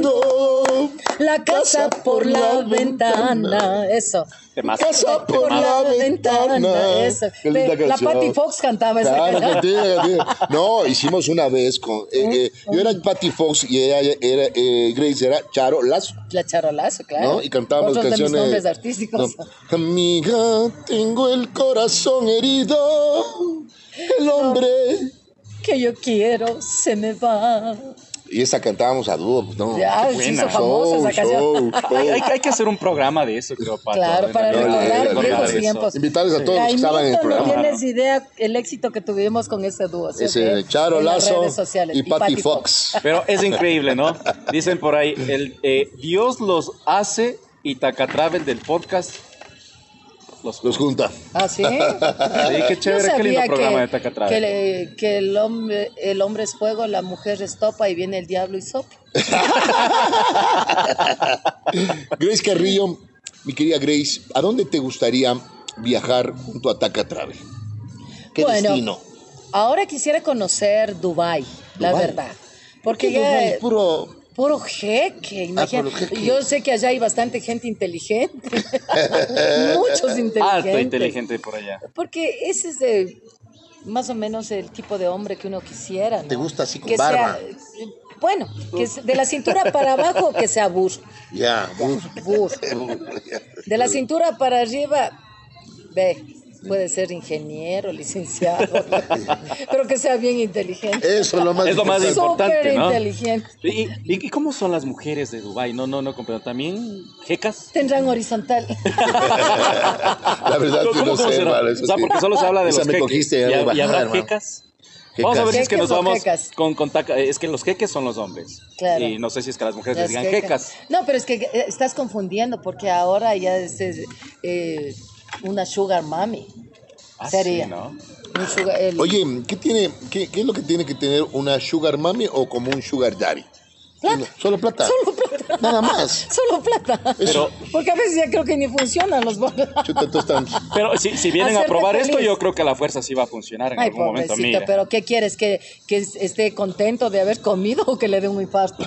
Speaker 3: tirando?
Speaker 2: la casa por la ventana. Eso.
Speaker 1: Temazo.
Speaker 3: Casa por,
Speaker 2: Por la
Speaker 3: la, ventana.
Speaker 2: ventana, eso.
Speaker 3: Qué linda
Speaker 2: Pe- la
Speaker 3: canción.
Speaker 2: Patty Fox cantaba esa
Speaker 3: Claro,
Speaker 2: canción.
Speaker 3: que tiene, que tiene. No, hicimos una vez con.
Speaker 2: Mm,
Speaker 3: eh, eh, yo era Patty Fox y era, era, eh, Grace era Charo Lazo.
Speaker 2: La charolazo, claro.
Speaker 3: ¿no? Y cantábamos
Speaker 2: Otros
Speaker 3: canciones.
Speaker 2: de mis nombres artísticos.
Speaker 3: No. Amiga, tengo el corazón herido. El hombre.
Speaker 2: Que yo quiero, se me va.
Speaker 3: Y esa cantábamos a dúo, pues, ¿no?
Speaker 2: Ya,
Speaker 1: qué
Speaker 2: se hizo
Speaker 1: buena.
Speaker 2: famosa esa canción.
Speaker 3: show,
Speaker 1: Hay,
Speaker 3: show.
Speaker 1: hay- hay que hacer un programa de eso, creo, Pato.
Speaker 2: Claro, para
Speaker 1: Yo-
Speaker 3: recordar
Speaker 1: yo-
Speaker 3: viejos
Speaker 1: eso.
Speaker 2: tiempos.
Speaker 3: Invitarles a todos los que
Speaker 2: Jaimito,
Speaker 3: estaban en el
Speaker 2: no
Speaker 3: programa.
Speaker 2: tienes idea el éxito que tuvimos con ese dúo. ¿sí o
Speaker 3: Ese
Speaker 2: qué?
Speaker 3: Charo
Speaker 2: En las
Speaker 3: Lazo
Speaker 2: redes sociales.
Speaker 3: y Patty
Speaker 2: Patty
Speaker 3: Fox.
Speaker 1: Pero es increíble, ¿no? Dicen por ahí, el, eh, Dios los hace y Tacatravel del podcast los
Speaker 3: Los junta.
Speaker 2: ¿Ah,
Speaker 3: <laughs>
Speaker 2: sí?
Speaker 1: Sí, qué chévere,
Speaker 2: Yo
Speaker 1: qué lindo
Speaker 2: sabía
Speaker 1: programa
Speaker 2: que-
Speaker 1: de Tacatrava.
Speaker 2: Que, le- que el, hombre, el hombre es fuego, la mujer es topa y viene el diablo y sopla.
Speaker 3: Grace Carrillo, mi querida Grace, ¿a dónde te gustaría viajar junto a Taca Travel? ¿Qué
Speaker 2: Bueno.
Speaker 3: destino?
Speaker 2: Ahora quisiera conocer Dubai, la
Speaker 3: Dubái.
Speaker 2: verdad. Porque
Speaker 3: ¿Qué
Speaker 2: ya...
Speaker 3: lugar? Puro
Speaker 2: Puro jeque, imagínate.
Speaker 3: Ah, puro jeque.
Speaker 2: Yo sé que allá hay bastante gente inteligente. <laughs> Muchos inteligentes.
Speaker 1: Alto inteligente por allá.
Speaker 2: Porque ese es de, más o menos el tipo de hombre que uno quisiera. ¿no?
Speaker 3: te gusta así con
Speaker 2: que
Speaker 3: barba.
Speaker 2: sea, bueno, que se- de la cintura para abajo que sea burro.
Speaker 3: Ya.
Speaker 2: burro. De la cintura para arriba, ve, puede ser ingeniero, licenciado,
Speaker 3: <laughs>
Speaker 2: pero que sea bien inteligente.
Speaker 3: Eso es lo más
Speaker 1: Es lo más
Speaker 3: importante.
Speaker 1: importante,
Speaker 2: Súper
Speaker 1: ¿no?
Speaker 2: inteligente.
Speaker 1: ¿Y, y, y cómo son las mujeres de Dubai? No, no, no comprendo. ¿También jecas?
Speaker 2: Tendrán horizontal.
Speaker 3: La
Speaker 1: <laughs>
Speaker 3: verdad
Speaker 1: No,
Speaker 3: que no sé,
Speaker 1: será?
Speaker 3: vale, eso
Speaker 1: O sea,
Speaker 3: sí.
Speaker 1: porque solo se habla de
Speaker 3: Esa
Speaker 1: los
Speaker 3: me
Speaker 1: jeques.
Speaker 3: cogiste,
Speaker 1: ¿Y,
Speaker 3: ya voy
Speaker 1: y
Speaker 3: bajada,
Speaker 1: habrá
Speaker 3: hermano.
Speaker 1: jecas? Vamos a ver si es que
Speaker 2: ¿Jecas
Speaker 1: nos
Speaker 2: o
Speaker 1: vamos
Speaker 2: jecas?
Speaker 1: con, con taca- Es que los jeques son los hombres.
Speaker 2: Claro.
Speaker 1: Y no sé si es que a las mujeres
Speaker 2: Las
Speaker 1: les digan
Speaker 2: jecas.
Speaker 1: jecas.
Speaker 2: No, pero es que eh, estás confundiendo porque ahora ya es eh, eh, una sugar mami.
Speaker 1: Ah,
Speaker 2: Sería.
Speaker 1: sí, ¿no?
Speaker 2: Un sugar- el-
Speaker 3: Oye, ¿qué, tiene, qué, qué es lo que tiene que tener una sugar mami o como un sugar daddy?
Speaker 2: Plata.
Speaker 3: Solo plata.
Speaker 2: Solo plata.
Speaker 3: Nada más.
Speaker 2: Solo plata.
Speaker 1: Pero,
Speaker 2: Porque a veces ya creo que ni funcionan los bolos.
Speaker 3: Chuta, entonces
Speaker 2: <laughs>
Speaker 3: estamos.
Speaker 1: pero si, si vienen a
Speaker 2: Hacerte
Speaker 1: probar esto,
Speaker 2: feliz.
Speaker 1: yo creo que a la fuerza sí va a funcionar en
Speaker 2: Ay,
Speaker 1: algún momento.
Speaker 2: pobrecito,
Speaker 1: Mira.
Speaker 2: pero ¿qué quieres? ¿Que, ¿Que es- esté contento de haber comido o que le dé un infarto?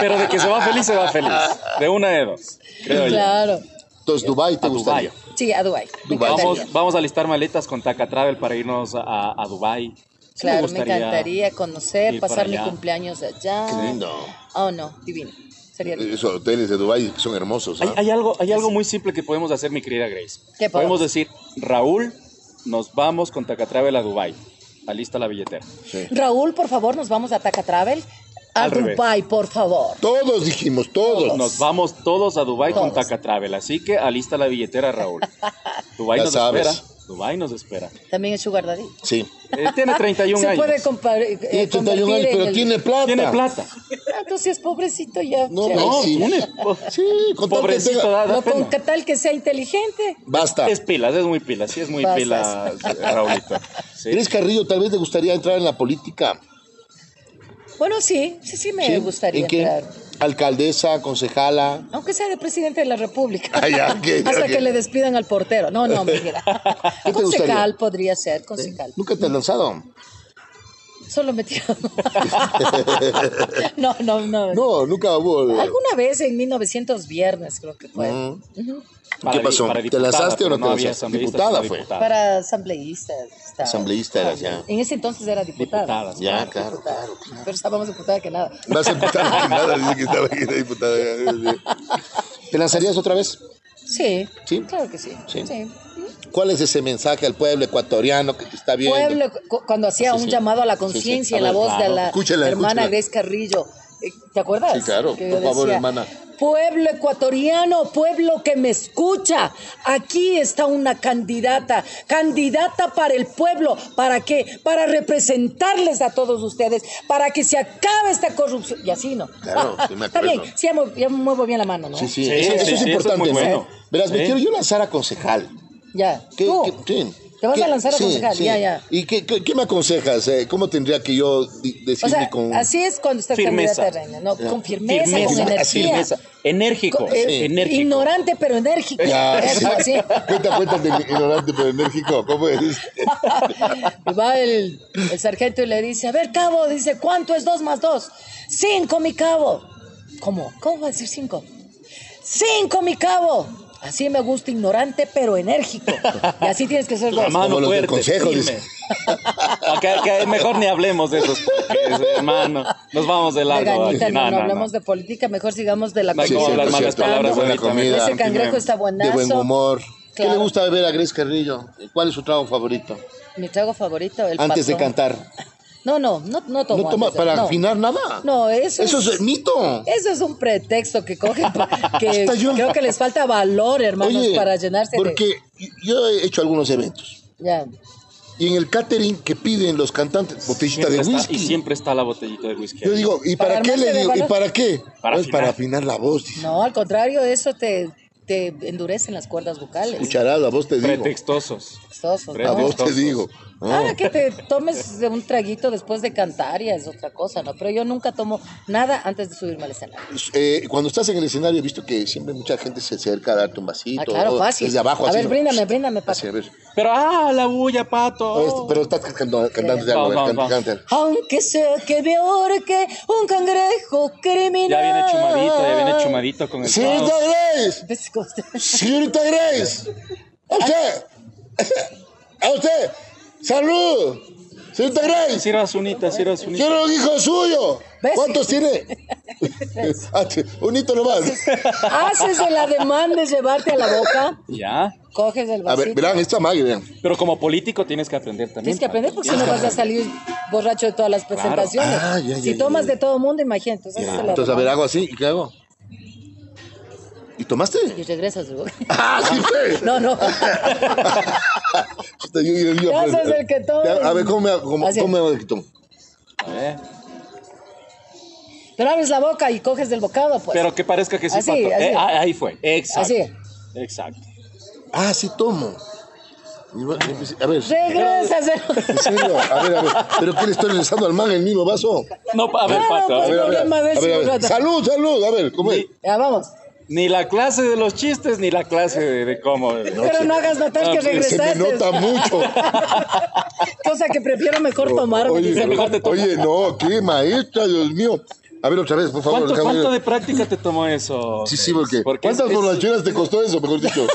Speaker 1: Pero de que se va feliz, se va feliz. De una de dos. <laughs> Creo yo.
Speaker 2: claro.
Speaker 3: Entonces, Dubai te
Speaker 1: A
Speaker 3: gustaría.
Speaker 1: Dubái.
Speaker 2: Sí, a Dubai.
Speaker 3: Dubái.
Speaker 1: Vamos, vamos a listar maletas con Taca Travel para irnos a, a Dubai. Sí
Speaker 2: Claro, me encantaría
Speaker 1: ir
Speaker 2: conocer,
Speaker 1: para
Speaker 2: pasar mi
Speaker 1: allá.
Speaker 2: cumpleaños allá.
Speaker 3: Qué lindo. Eh,
Speaker 2: Oh, no, divino. Sería
Speaker 3: Esos hoteles de Dubai son hermosos. ¿ah?
Speaker 1: Hay, hay algo, hay algo muy simple que podemos hacer, mi querida Grace.
Speaker 2: ¿Qué podemos?
Speaker 1: podemos decir, Raúl, nos vamos con Tacatravel a Dubai. Alista la billetera.
Speaker 3: Sí.
Speaker 2: Raúl, por favor, nos vamos a Taka Travel. A
Speaker 1: Al revés.
Speaker 2: Dubai, por favor.
Speaker 3: Todos dijimos, todos.
Speaker 1: Nos vamos todos a Dubai con
Speaker 2: Todos.
Speaker 1: Tacatravel, así que alista la billetera,
Speaker 2: <laughs>
Speaker 1: Raúl. Dubai
Speaker 3: Ya
Speaker 1: nos
Speaker 3: sabes.
Speaker 1: espera. Dubai nos espera.
Speaker 2: También es Sugar Daddy.
Speaker 3: Sí.
Speaker 1: Eh, tiene 31
Speaker 2: <laughs> Se
Speaker 1: años.
Speaker 2: puede eh, comparar.
Speaker 3: Tiene 31 años, pero tiene plata.
Speaker 1: Tiene plata.
Speaker 2: Ah, entonces es pobrecito ya.
Speaker 3: No,
Speaker 2: ya.
Speaker 1: No,
Speaker 3: Sí.
Speaker 1: tiene.
Speaker 3: Sí, <laughs> con tal que
Speaker 1: Pobrecito,
Speaker 3: tenga-
Speaker 1: da, da
Speaker 2: No, con
Speaker 1: pena.
Speaker 2: que tal que sea inteligente.
Speaker 3: Basta.
Speaker 1: Es pilas, es muy pilas, sí es muy
Speaker 2: Pasas.
Speaker 1: pilas, eh, Raulito. Sí.
Speaker 3: Grace Carrillo, tal vez te gustaría entrar en la política.
Speaker 2: Bueno, sí, sí, sí me
Speaker 3: ¿sí?
Speaker 2: gustaría
Speaker 3: ¿En qué?
Speaker 2: entrar.
Speaker 3: Alcaldesa, concejala.
Speaker 2: Aunque sea de presidente de la República.
Speaker 3: Ah, ya,
Speaker 2: <laughs>
Speaker 3: ok,
Speaker 2: Hasta
Speaker 3: ok.
Speaker 2: que le despidan al portero. No, no,
Speaker 3: <laughs>
Speaker 2: mira.
Speaker 3: te gustaría?
Speaker 2: Concejal podría ser, concejal.
Speaker 3: Nunca te has lanzado.
Speaker 2: Solo me
Speaker 3: <laughs>
Speaker 2: tiraron. <laughs> no, no, no,
Speaker 3: No, nunca hubo.
Speaker 2: Alguna vez en 1900 viernes creo que fue.
Speaker 3: Ujú.
Speaker 2: pues. Ujú.
Speaker 1: Para
Speaker 3: ¿Qué
Speaker 1: di-
Speaker 3: pasó?
Speaker 1: para
Speaker 3: ¿Te
Speaker 1: diputada,
Speaker 3: lanzaste o no
Speaker 1: pero
Speaker 3: te
Speaker 1: había
Speaker 3: lanzaste?
Speaker 1: asambleísta,
Speaker 3: Diputada
Speaker 1: sino
Speaker 3: fue.
Speaker 2: Para asambleísta. estaba.
Speaker 3: Asambleísta eras, ya.
Speaker 2: En ese entonces era diputada.
Speaker 1: Diputada, sí.
Speaker 3: Ya, claro,
Speaker 2: Diputada.
Speaker 3: claro.
Speaker 2: Pero estábamos diputada que nada. <laughs>
Speaker 3: Más diputada que nada, dice que estaba aquí la diputada. ¿Te lanzarías otra vez?
Speaker 2: Sí,
Speaker 3: Sí.
Speaker 2: claro que sí.
Speaker 3: Sí.
Speaker 2: sí.
Speaker 3: ¿Cuál es ese mensaje al pueblo ecuatoriano que te está viendo? Ah,
Speaker 2: Pueblo, cu- cuando hacía
Speaker 3: Sí,
Speaker 2: un
Speaker 3: sí.
Speaker 2: llamado a la
Speaker 3: Sí, sí.
Speaker 2: conciencia
Speaker 3: A
Speaker 2: en la
Speaker 3: ver,
Speaker 2: voz de
Speaker 1: claro.
Speaker 2: la
Speaker 3: Escúchala,
Speaker 2: hermana
Speaker 3: escúchala.
Speaker 2: Grace Carrillo. Eh, ¿Te acuerdas?
Speaker 3: Sí, claro.
Speaker 2: Que
Speaker 3: Por
Speaker 2: yo
Speaker 3: favor, hermana.
Speaker 2: Pueblo ecuatoriano, pueblo que me escucha. Aquí está una candidata, candidata para el pueblo. ¿Para qué? Para representarles a todos ustedes, para que se acabe esta corrupción. Y así, ¿no? <laughs>
Speaker 3: Claro, sí me
Speaker 2: está
Speaker 3: acuerdo.
Speaker 2: bien, sí, ya mu- ya muevo bien la mano, ¿no?
Speaker 3: Sí, sí,
Speaker 1: Sí, sí,
Speaker 3: eso, eso es
Speaker 1: sí, eso es
Speaker 3: importante.
Speaker 1: muy
Speaker 3: ¿no?
Speaker 1: bueno.
Speaker 3: Verás, me
Speaker 1: Sí.
Speaker 3: quiero yo lanzar a concejal.
Speaker 2: Ya.
Speaker 3: ¿Qué,
Speaker 2: Tú,
Speaker 3: qué- sí.
Speaker 2: ¿Te Te vas
Speaker 3: ¿Qué-
Speaker 2: a lanzar a
Speaker 3: sí,
Speaker 2: aconsejar,
Speaker 3: sí.
Speaker 2: ya, ya.
Speaker 3: ¿Y qué, qué- qué me aconsejas? Eh, ¿Cómo tendría que yo di-
Speaker 2: O
Speaker 3: decirme
Speaker 2: sea,
Speaker 3: con...?
Speaker 2: así es cuando estás
Speaker 1: Firmeza.
Speaker 2: candidata a reina, ¿no? Con firmeza,
Speaker 1: Firmeza,
Speaker 2: con energía.
Speaker 1: firmeza. Enérgico,
Speaker 2: Con- eh,
Speaker 1: enérgico.
Speaker 2: Ignorante, pero enérgico. <laughs>
Speaker 3: Ya,
Speaker 2: Eso,
Speaker 3: sí.
Speaker 2: así.
Speaker 3: Cuenta, cuenta de ignorante pero enérgico. ¿Cómo es?
Speaker 2: Y va el, el sargento y le dice, a ver, cabo, dice, ¿cuánto es dos más dos? Cinco, mi cabo. ¿Cómo? ¿Cómo va a decir cinco? Cinco, mi cabo. Así me gusta, ignorante, pero enérgico. Y así tienes que ser
Speaker 1: Pues, La
Speaker 2: vos.
Speaker 1: mano
Speaker 3: Como los del
Speaker 1: fuerte,
Speaker 3: consejo,
Speaker 1: firme.
Speaker 3: dice.
Speaker 1: <laughs> Acá- acá mejor ni hablemos de esos porqués, hermano. Nos vamos de largo.
Speaker 2: Veganita,
Speaker 1: aquí.
Speaker 2: no, no, hablamos de política, mejor sigamos de la
Speaker 1: No hay
Speaker 3: Sí,
Speaker 1: cómo
Speaker 3: cierto,
Speaker 1: hablar malas
Speaker 3: cierto.
Speaker 1: palabras
Speaker 3: Buena
Speaker 1: ahorita,
Speaker 3: comida.
Speaker 1: mejor.
Speaker 2: Ese
Speaker 3: Continúe.
Speaker 2: cangrejo está
Speaker 3: De
Speaker 2: buenazo.
Speaker 3: buen humor. ¿Qué le
Speaker 2: Claro.
Speaker 3: gusta beber a Grace Carrillo? ¿Cuál es su trago favorito?
Speaker 2: Mi trago favorito, el
Speaker 3: Antes de
Speaker 2: patrón.
Speaker 3: cantar.
Speaker 2: No, no, no, no tomo.
Speaker 3: ¿No toma
Speaker 2: antes de-
Speaker 3: para
Speaker 2: no.
Speaker 3: afinar nada?
Speaker 2: No, eso,
Speaker 3: Eso
Speaker 2: es,
Speaker 3: es mito.
Speaker 2: eso es un pretexto que cogen, pa- que
Speaker 3: <laughs> Hasta yo.
Speaker 2: creo que les falta valor, hermanos,
Speaker 3: Oye,
Speaker 2: para llenarse de...
Speaker 3: porque yo he hecho algunos eventos.
Speaker 2: Ya.
Speaker 3: Y en el catering que piden los cantantes, botellita
Speaker 1: Siempre
Speaker 3: de
Speaker 1: está-
Speaker 3: whisky.
Speaker 1: y siempre está la botellita de whisky.
Speaker 3: Yo digo, ¿y
Speaker 2: Para
Speaker 3: para, qué
Speaker 2: armarte
Speaker 3: le
Speaker 2: de
Speaker 3: digo? ¿Y
Speaker 2: valor.
Speaker 3: para qué?
Speaker 1: Para
Speaker 3: No, es
Speaker 1: afinar.
Speaker 3: para afinar la voz. dice.
Speaker 2: No, al contrario, eso te, te endurecen las cuerdas vocales.
Speaker 3: Cucharada, vos te digo.
Speaker 1: Pretextosos.
Speaker 2: Textoso,
Speaker 3: A
Speaker 1: Pretexto.
Speaker 2: ¿no?
Speaker 3: vos te
Speaker 1: Pretextosos.
Speaker 3: digo. Ah.
Speaker 2: Ahora que te tomes de un traguito después de cantar ya es otra cosa, ¿no? Pero yo nunca tomo nada antes de subirme al escenario. Ah,
Speaker 3: Eh, cuando estás en el escenario, he visto que siempre mucha gente se acerca a darte un vasito.
Speaker 2: Ah, claro,
Speaker 3: o
Speaker 2: fácil.
Speaker 3: Desde abajo,
Speaker 2: A
Speaker 3: así,
Speaker 2: ver,
Speaker 3: ¿no?
Speaker 2: bríndame, bríndame,
Speaker 3: Así,
Speaker 2: pato.
Speaker 3: a ver.
Speaker 1: Pero, ah, la bulla, pato.
Speaker 3: No, este- pero estás cantando, cantando de algo.
Speaker 1: Vamos,
Speaker 3: a ver,
Speaker 1: vamos,
Speaker 3: canta- canta.
Speaker 2: Aunque sea que me ahorque un cangrejo criminal.
Speaker 1: Ya viene chumadito, ya viene chumadito con el
Speaker 3: ¡Señorita
Speaker 1: trago.
Speaker 3: Grace!
Speaker 2: ¿Ves cómo está?
Speaker 3: ¡Señorita Grace! ¡A usted! <laughs> ¡A usted! ¡Salud! ¡Señorita Grace!
Speaker 1: Sirva su unita, sirva su unita.
Speaker 3: ¡Quiero un hijo suyo!
Speaker 2: ¿Ves?
Speaker 3: ¿Cuántos
Speaker 2: <laughs>
Speaker 3: tiene? Ah, un hito nomás.
Speaker 2: Haces el ademán de llevarte a la boca,
Speaker 1: Ya.
Speaker 2: coges el
Speaker 3: A ver,
Speaker 2: vasito.
Speaker 3: verán, esta magia, vean.
Speaker 1: Pero como político tienes que aprender también.
Speaker 2: Tienes que aprender porque si no vas a salir borracho de todas las presentaciones.
Speaker 3: Ah, ya, ya,
Speaker 2: si
Speaker 3: ya,
Speaker 2: tomas
Speaker 3: ya.
Speaker 2: de todo mundo, imagínate. Entonces, haces el
Speaker 3: Entonces, a
Speaker 2: ademán
Speaker 3: ver, hago así. ¿Y qué hago? ¿Y tomaste?
Speaker 2: Y regresas. güey.
Speaker 3: ¡Ah, sí fue!
Speaker 2: <laughs> No, no.
Speaker 3: <laughs> Puta, yo- yo- yo-
Speaker 2: Ya sos el que toma.
Speaker 3: Ya, A ver, ¿cómo me hago? ¿Cómo,
Speaker 2: Así.
Speaker 3: cómo me hago el que tomo?
Speaker 1: A ver.
Speaker 2: Pero abres la boca y coges del bocado, pues.
Speaker 1: Pero que parezca que sí,
Speaker 2: Así,
Speaker 1: pato.
Speaker 2: así.
Speaker 1: Eh, ah, ahí fue. Exacto.
Speaker 2: Así.
Speaker 1: Exacto.
Speaker 3: Ah, sí tomo. Y va- y- A ver.
Speaker 2: Regresas. ¿eh?
Speaker 3: En serio, a ver, a ver. ¿Pero qué le estoy regresando al man el mismo vaso?
Speaker 1: No, pa- a ver,
Speaker 2: Claro,
Speaker 1: pato. a ver.
Speaker 2: pues,
Speaker 3: A ver, a ver.
Speaker 2: Problema de
Speaker 3: A ver, a ver.
Speaker 2: seguro.
Speaker 3: Salud, salud, a ver, ¿cómo es?
Speaker 1: Ni,
Speaker 2: <laughs> Ya, vamos.
Speaker 1: ni la clase de los chistes, ni la clase de, de cómo. bebé.
Speaker 2: Pero no hagas notar
Speaker 1: No,
Speaker 2: que
Speaker 1: pues, se me
Speaker 3: Se me
Speaker 2: regresaste.
Speaker 3: nota mucho.
Speaker 2: Cosa que prefiero mejor tomar.
Speaker 3: Oye,
Speaker 1: dice, mejor te tomo.
Speaker 3: oye, no, qué maestra, Dios mío. A ver, otra vez, por favor.
Speaker 1: ¿Cuánto,
Speaker 3: déjame ver.
Speaker 1: cuánto de práctica te tomó eso?
Speaker 3: Sí, sí,
Speaker 1: Félix?
Speaker 3: porque.
Speaker 1: es-
Speaker 3: ¿Cuántas
Speaker 1: es-
Speaker 3: borracheras te costó eso,
Speaker 1: <laughs>
Speaker 3: mejor dicho?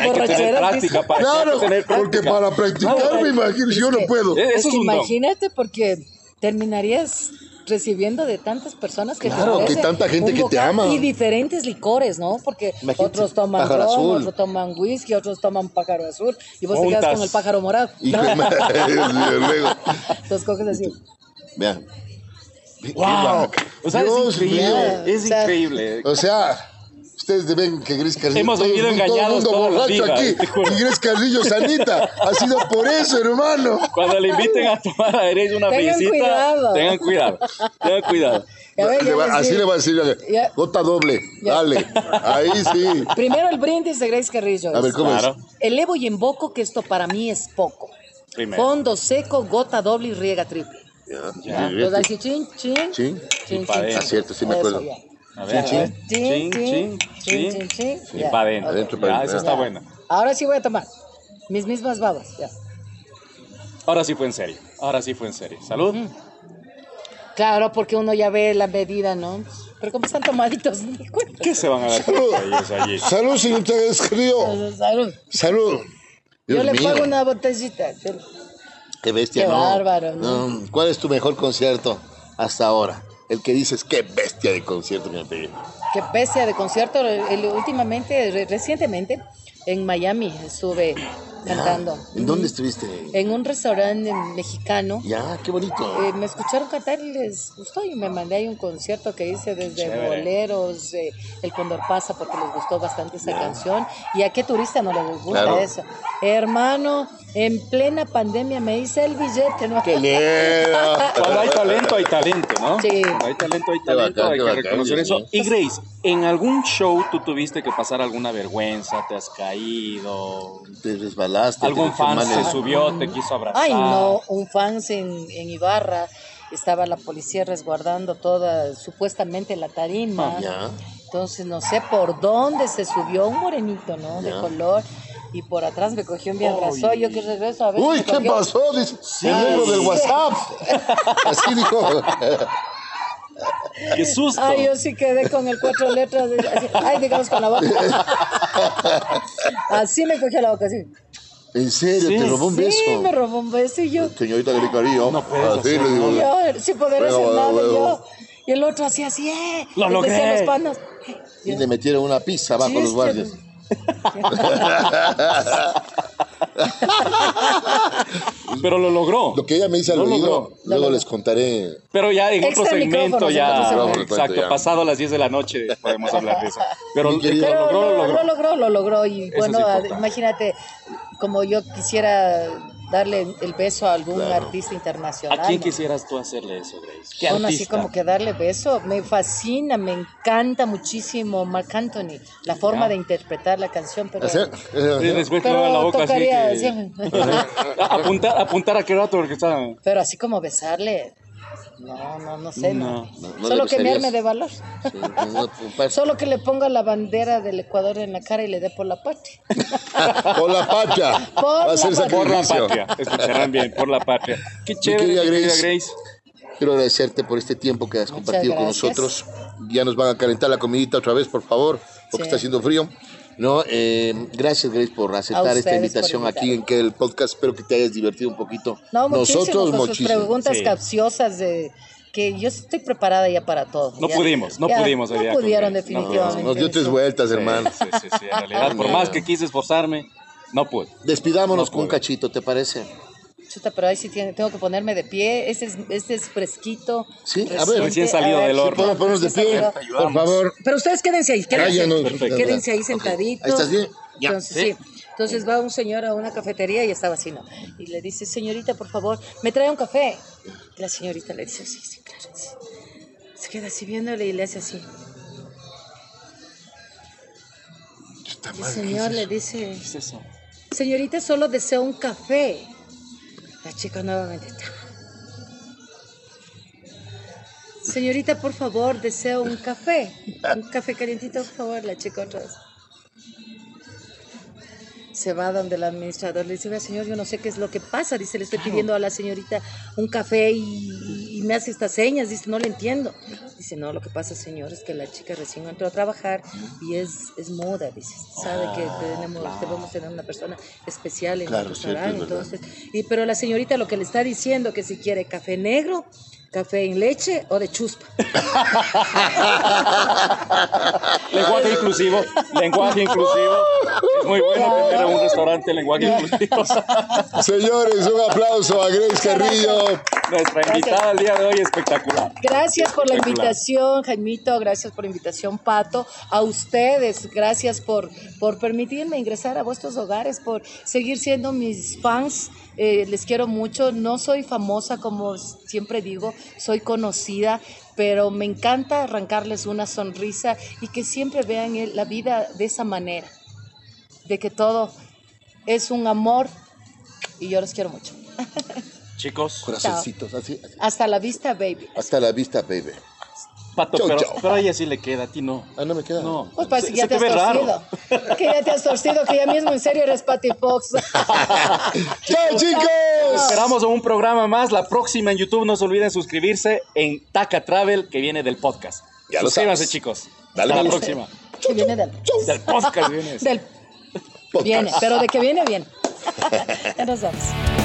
Speaker 1: Hay que tener
Speaker 2: Borracheras,
Speaker 1: práctica para hay
Speaker 3: Claro,
Speaker 1: que tener
Speaker 3: porque
Speaker 1: práctica.
Speaker 3: para practicar, me imagino, yo no puedo.
Speaker 1: Eh, Eso
Speaker 2: Es que
Speaker 1: es un don.
Speaker 2: imagínate porque terminarías recibiendo de tantas personas que
Speaker 3: Claro,
Speaker 2: te
Speaker 3: que
Speaker 2: ofrecen
Speaker 3: tanta gente
Speaker 2: un
Speaker 3: que te
Speaker 2: bocado
Speaker 3: ama.
Speaker 2: y diferentes licores, ¿no? Porque
Speaker 3: Imagínate,
Speaker 2: otros toman ron,
Speaker 3: pájaro azul.
Speaker 2: otros toman whisky, otros toman pájaro azul y vos te
Speaker 1: Juntas.
Speaker 2: quedas con el pájaro morado.
Speaker 3: Y que más, desde luego.
Speaker 2: <laughs> Entonces coges así.
Speaker 3: Vean.
Speaker 1: Wow. O sea, es
Speaker 3: Dios
Speaker 1: increíble.
Speaker 3: mío.
Speaker 1: Es
Speaker 2: O sea,
Speaker 1: increíble.
Speaker 3: O sea, ustedes ven que Gris Carrillo.
Speaker 1: Hemos
Speaker 3: todo el
Speaker 1: vivido
Speaker 3: mundo-
Speaker 1: engañados
Speaker 3: Todo
Speaker 1: toda
Speaker 3: el
Speaker 1: la
Speaker 3: mundo borracho
Speaker 1: vida,
Speaker 3: aquí.
Speaker 1: te juro.
Speaker 3: Y Gris Carrillo sanita. Ha sido por eso, hermano.
Speaker 1: Cuando le inviten a tomar a Eres una
Speaker 2: Tengan
Speaker 1: visita,
Speaker 2: cuidado.
Speaker 1: tengan cuidado. Tengan cuidado.
Speaker 2: Ya ves,
Speaker 3: Le
Speaker 2: ya
Speaker 3: va-
Speaker 2: ves,
Speaker 3: así
Speaker 2: sí.
Speaker 3: le va a decir.
Speaker 2: Ya.
Speaker 3: Gota doble.
Speaker 2: Ya.
Speaker 3: Dale. Ahí
Speaker 2: <laughs>
Speaker 3: sí.
Speaker 2: Primero el brindis de Grace Carrillo.
Speaker 3: A ver, ¿cómo
Speaker 1: Claro.
Speaker 2: Elevo y invoco que esto para mí es poco.
Speaker 1: Primero.
Speaker 2: Fondo seco, gota doble y riega triple.
Speaker 3: es?
Speaker 1: Ya.
Speaker 2: Entonces pues, así, chin, chin, chin,
Speaker 3: Sí.
Speaker 2: chin,
Speaker 1: pa'
Speaker 2: chin.
Speaker 1: dentro.
Speaker 3: Ah, cierto, sí me
Speaker 2: Eso,
Speaker 3: acuerdo.
Speaker 2: ya.
Speaker 1: A ver,
Speaker 3: Chin,
Speaker 1: a ver.
Speaker 2: Chin, chin, chin, chin, chin.
Speaker 1: Y
Speaker 2: Ya.
Speaker 1: para adentro.
Speaker 3: Adentro,
Speaker 1: Ya,
Speaker 3: para
Speaker 1: eso
Speaker 3: adentro.
Speaker 1: está
Speaker 2: Ya.
Speaker 1: bueno.
Speaker 2: Ahora sí voy a tomar. Mis mismas babas, ya.
Speaker 1: Ahora sí fue en serio. Ahora sí fue en serio. Salud.
Speaker 2: Mm. Claro, porque uno ya ve la medida, ¿no? Pero como están tomaditos, <laughs> ni me cuento.
Speaker 1: ¿Qué se van a dar cuenta ellos allí?
Speaker 3: Salud, señorita Gris Carrillo.
Speaker 2: Salud.
Speaker 3: Salud.
Speaker 2: Yo
Speaker 3: Dios
Speaker 2: le
Speaker 3: mío.
Speaker 2: pago una botellita.
Speaker 3: Qué bestia,
Speaker 2: Qué
Speaker 3: ¿no?
Speaker 2: bárbaro, ¿no?
Speaker 3: No, ¿Cuál es tu mejor concierto hasta ahora? El que dices, qué bestia de concierto que me pegué.
Speaker 2: Que pese a de concierto, el- últimamente, re- recientemente, en Miami estuve cantando.
Speaker 3: ¿En dónde estuviste?
Speaker 2: En un restaurante mexicano.
Speaker 3: Ya, qué bonito.
Speaker 2: Eh, me escucharon cantar y les gustó y me mandé ahí un concierto que hice desde
Speaker 1: Chévere.
Speaker 2: boleros, eh, El Condor Pasa porque les gustó bastante esa canción y a qué turista no les gusta
Speaker 3: Claro.
Speaker 2: eso. Hermano, en plena pandemia me hice el billete, ¿no?
Speaker 3: ¡Qué lindo!
Speaker 1: Cuando hay talento, hay talento, ¿no?
Speaker 2: Sí.
Speaker 1: Cuando hay talento, hay
Speaker 3: Qué
Speaker 1: talento. hay
Speaker 3: bacán, qué
Speaker 1: que
Speaker 3: bacán,
Speaker 1: reconocer
Speaker 3: Dios
Speaker 1: eso.
Speaker 3: mío.
Speaker 1: Y Grace, ¿En algún show tú tuviste que pasar alguna vergüenza? ¿Te has caído?
Speaker 5: Te resbalaste.
Speaker 1: ¿Algún
Speaker 5: te
Speaker 1: fan
Speaker 5: mal
Speaker 1: se
Speaker 5: el-
Speaker 1: subió, te quiso abrazar?
Speaker 2: Ay, no, un fans en, en Ibarra. Estaba la policía resguardando toda, supuestamente, la
Speaker 3: Ah,
Speaker 2: tarima.
Speaker 5: Ya.
Speaker 2: Entonces, no sé por dónde se subió un morenito, ¿no? De
Speaker 5: Ya.
Speaker 2: color. Y por atrás me cogió un bien brazo. Yo que regreso a ver.
Speaker 3: Uy,
Speaker 2: me
Speaker 3: ¿qué
Speaker 2: cogió-
Speaker 3: pasó? Dice, el negro del
Speaker 2: <laughs>
Speaker 3: WhatsApp. Así dijo.
Speaker 1: ¡Qué susto!
Speaker 2: Ay, yo sí quedé con el cuatro letras. de- así, ay, digamos con
Speaker 5: <laughs>
Speaker 2: la boca. Así me cogió la boca, así.
Speaker 5: En serio,
Speaker 1: Sí,
Speaker 5: te robó un beso.
Speaker 2: Sí, me robó un beso y yo,
Speaker 5: Señorita Gricarillo.
Speaker 1: No puedes hacer
Speaker 5: le digo,
Speaker 2: y yo sin poder
Speaker 5: Huevo,
Speaker 2: hacer nada,
Speaker 5: huevo.
Speaker 2: yo. Y el otro así, así, ¡eh!
Speaker 1: Lo
Speaker 2: Y
Speaker 1: logré.
Speaker 2: decía los panas.
Speaker 5: Y le metieron una pizza abajo
Speaker 2: Sí,
Speaker 5: a los
Speaker 2: es que- <laughs>
Speaker 5: guardias.
Speaker 1: Pero lo logró.
Speaker 3: Lo que ella me dice al
Speaker 1: No
Speaker 3: oído,
Speaker 1: logró,
Speaker 3: luego les contaré.
Speaker 1: Pero ya en otro
Speaker 2: Extra
Speaker 1: segmento,
Speaker 2: micrófonos,
Speaker 1: ya.
Speaker 2: en otro
Speaker 5: segmento.
Speaker 1: Exacto,
Speaker 5: Ya.
Speaker 1: pasado las 10 de la noche podemos hablar de eso. Pero
Speaker 3: Mi
Speaker 1: lo
Speaker 3: querido-
Speaker 1: lo
Speaker 2: Pero
Speaker 1: logró, lo
Speaker 2: lo
Speaker 1: logró.
Speaker 2: logró, lo logró. Y
Speaker 1: Eso es
Speaker 2: bueno, a-
Speaker 1: importante.
Speaker 2: imagínate, como yo quisiera darle el beso a algún artista internacional.
Speaker 1: ¿A quién
Speaker 2: ¿no?
Speaker 1: quisieras tú hacerle eso, Grace? ¿Qué
Speaker 2: Aún así
Speaker 1: artista?
Speaker 2: como que darle beso, me fascina, me encanta muchísimo Marc Anthony, la forma
Speaker 1: Ya.
Speaker 2: de interpretar la canción, pero,
Speaker 3: Así,
Speaker 1: Y
Speaker 3: eh,
Speaker 1: después
Speaker 2: pero
Speaker 1: clava la boca así
Speaker 2: tocaría
Speaker 1: que- <laughs>
Speaker 2: así.
Speaker 1: A- apuntar, apuntar a qué rato porque está...
Speaker 2: pero así como besarle, no, no, no sé, no.
Speaker 5: No, no le
Speaker 2: Solo que me
Speaker 5: besarías.
Speaker 2: arme de valor,
Speaker 5: Sí, no, pues, un par-
Speaker 2: solo que le ponga la bandera del Ecuador en la cara y le dé por la patria.
Speaker 3: Por la patria.
Speaker 2: <laughs> Por
Speaker 3: Va a
Speaker 2: la
Speaker 3: ser
Speaker 2: patria.
Speaker 1: Por la patria.
Speaker 3: sacrificio.
Speaker 1: Escucharán bien, por la patria. Qué chévere,
Speaker 3: querida
Speaker 1: mi querida
Speaker 3: Grace.
Speaker 1: Grace.
Speaker 5: Quiero agradecerte por este tiempo que has
Speaker 2: Muchas
Speaker 5: compartido con
Speaker 2: gracias.
Speaker 5: nosotros.
Speaker 3: Ya nos van a calentar la comidita otra vez, por favor, porque
Speaker 2: Sí.
Speaker 3: está haciendo frío.
Speaker 5: No, eh, gracias Grace por aceptar esta
Speaker 2: ustedes por
Speaker 5: invitación aquí
Speaker 2: invitarme.
Speaker 5: en que el podcast. Espero que te hayas divertido un poquito.
Speaker 2: No, muchísimo,
Speaker 3: Nosotros
Speaker 2: con sus
Speaker 3: muchísimo.
Speaker 2: preguntas
Speaker 1: Sí.
Speaker 2: capciosas de que yo estoy preparada ya para todo.
Speaker 1: No
Speaker 2: ya.
Speaker 1: pudimos, no
Speaker 2: Ya,
Speaker 1: pudimos hoy
Speaker 2: No
Speaker 1: día con
Speaker 2: pudieron
Speaker 1: Grace, no
Speaker 2: definitivamente.
Speaker 3: Nos dio tres
Speaker 2: eso.
Speaker 3: vueltas, hermano.
Speaker 1: Sí, sí, sí, en realidad, por más que quise esforzarme, no pude.
Speaker 5: Despidámonos
Speaker 1: No
Speaker 5: con un
Speaker 1: pude.
Speaker 5: cachito, ¿te parece?
Speaker 2: Chuta, pero ahí sí tiene- tengo que ponerme de pie. Este es, este es fresquito.
Speaker 5: Sí, a ver,
Speaker 1: recién salido del horno.
Speaker 3: Vamos a ponernos de
Speaker 2: recién
Speaker 3: pie,
Speaker 2: salido.
Speaker 3: por favor.
Speaker 2: Pero ustedes quédense ahí. Quédense,
Speaker 3: Cállanos.
Speaker 1: Perfecto.
Speaker 2: quédense ahí sentaditos.
Speaker 5: Ahí estás bien. Ya.
Speaker 2: Entonces, sí. Entonces va un señor a una cafetería y estaba así, ¿no? Y le dice, señorita, por favor, ¿me trae un café? Y la señorita le dice, sí, sí, claro. sí". Se queda así viéndole y le hace así. Y el señor le dice,
Speaker 1: ¿Qué es eso?
Speaker 2: Señorita, solo deseo un café. La chica nuevamente está. Señorita, por favor, deseo un café. Un café calientito, por favor. La chica otra vez. Se va donde el administrador le dice, "Oiga, señor, yo no sé qué es lo que pasa. Dice, le estoy pidiendo a la señorita un café y, y me hace estas señas. Dice, no le entiendo. Dice, no, lo que pasa, señor, es que la chica recién entró a trabajar y es, es moda. Dice, sabe que tenemos, debemos tener una persona especial en
Speaker 5: Claro,
Speaker 2: nuestro
Speaker 5: cierto, es
Speaker 2: restaurante.
Speaker 5: verdad.
Speaker 2: Entonces, y, pero la señorita lo que le está diciendo que si quiere café negro, café en leche o de chuspa.
Speaker 1: Lenguaje inclusivo, lenguaje inclusivo. Es muy bueno tener en un restaurante lenguaje inclusivo.
Speaker 3: Señores, un aplauso a Grace Carrillo.
Speaker 1: Nuestra invitada al día de hoy espectacular.
Speaker 2: Gracias por la
Speaker 1: Espectacular.
Speaker 2: invitación, Jaimito. Gracias por la invitación, Pato. A ustedes, gracias por, por permitirme ingresar a vuestros hogares, por seguir siendo mis fans. Eh, les quiero mucho. No soy famosa, como siempre digo, soy conocida, pero me encanta arrancarles una sonrisa y que siempre vean el- la vida de esa manera, de que todo es un amor y yo los quiero mucho.
Speaker 1: Chicos,
Speaker 5: Corazoncitos, así, así.
Speaker 2: Hasta la vista, baby.
Speaker 5: Hasta la vista, baby.
Speaker 1: Pato,
Speaker 3: Chau,
Speaker 1: pero,
Speaker 3: chau.
Speaker 1: pero a ella sí le queda, a ti no.
Speaker 5: Ah, no me queda.
Speaker 1: No,
Speaker 2: Pues parece
Speaker 1: se,
Speaker 2: que ya
Speaker 1: se
Speaker 2: te
Speaker 1: te ve
Speaker 2: has torcido.
Speaker 1: raro.
Speaker 2: Que ya te has torcido, que ya mismo en serio eres Patty
Speaker 1: <laughs>
Speaker 2: Fox.
Speaker 3: ¡Chao, chicos!
Speaker 1: Esperamos un programa más. La próxima en YouTube, no se olviden suscribirse en Taca Travel, que viene del podcast.
Speaker 3: Ya lo
Speaker 1: Suscríbanse,
Speaker 3: sabes.
Speaker 1: chicos.
Speaker 3: Dale
Speaker 1: Hasta
Speaker 3: me
Speaker 1: la
Speaker 3: gusta.
Speaker 1: próxima.
Speaker 2: Que viene del.
Speaker 1: Del podcast viene. <laughs>
Speaker 2: Del. Viene, pero de que viene, viene. ya nos vamos.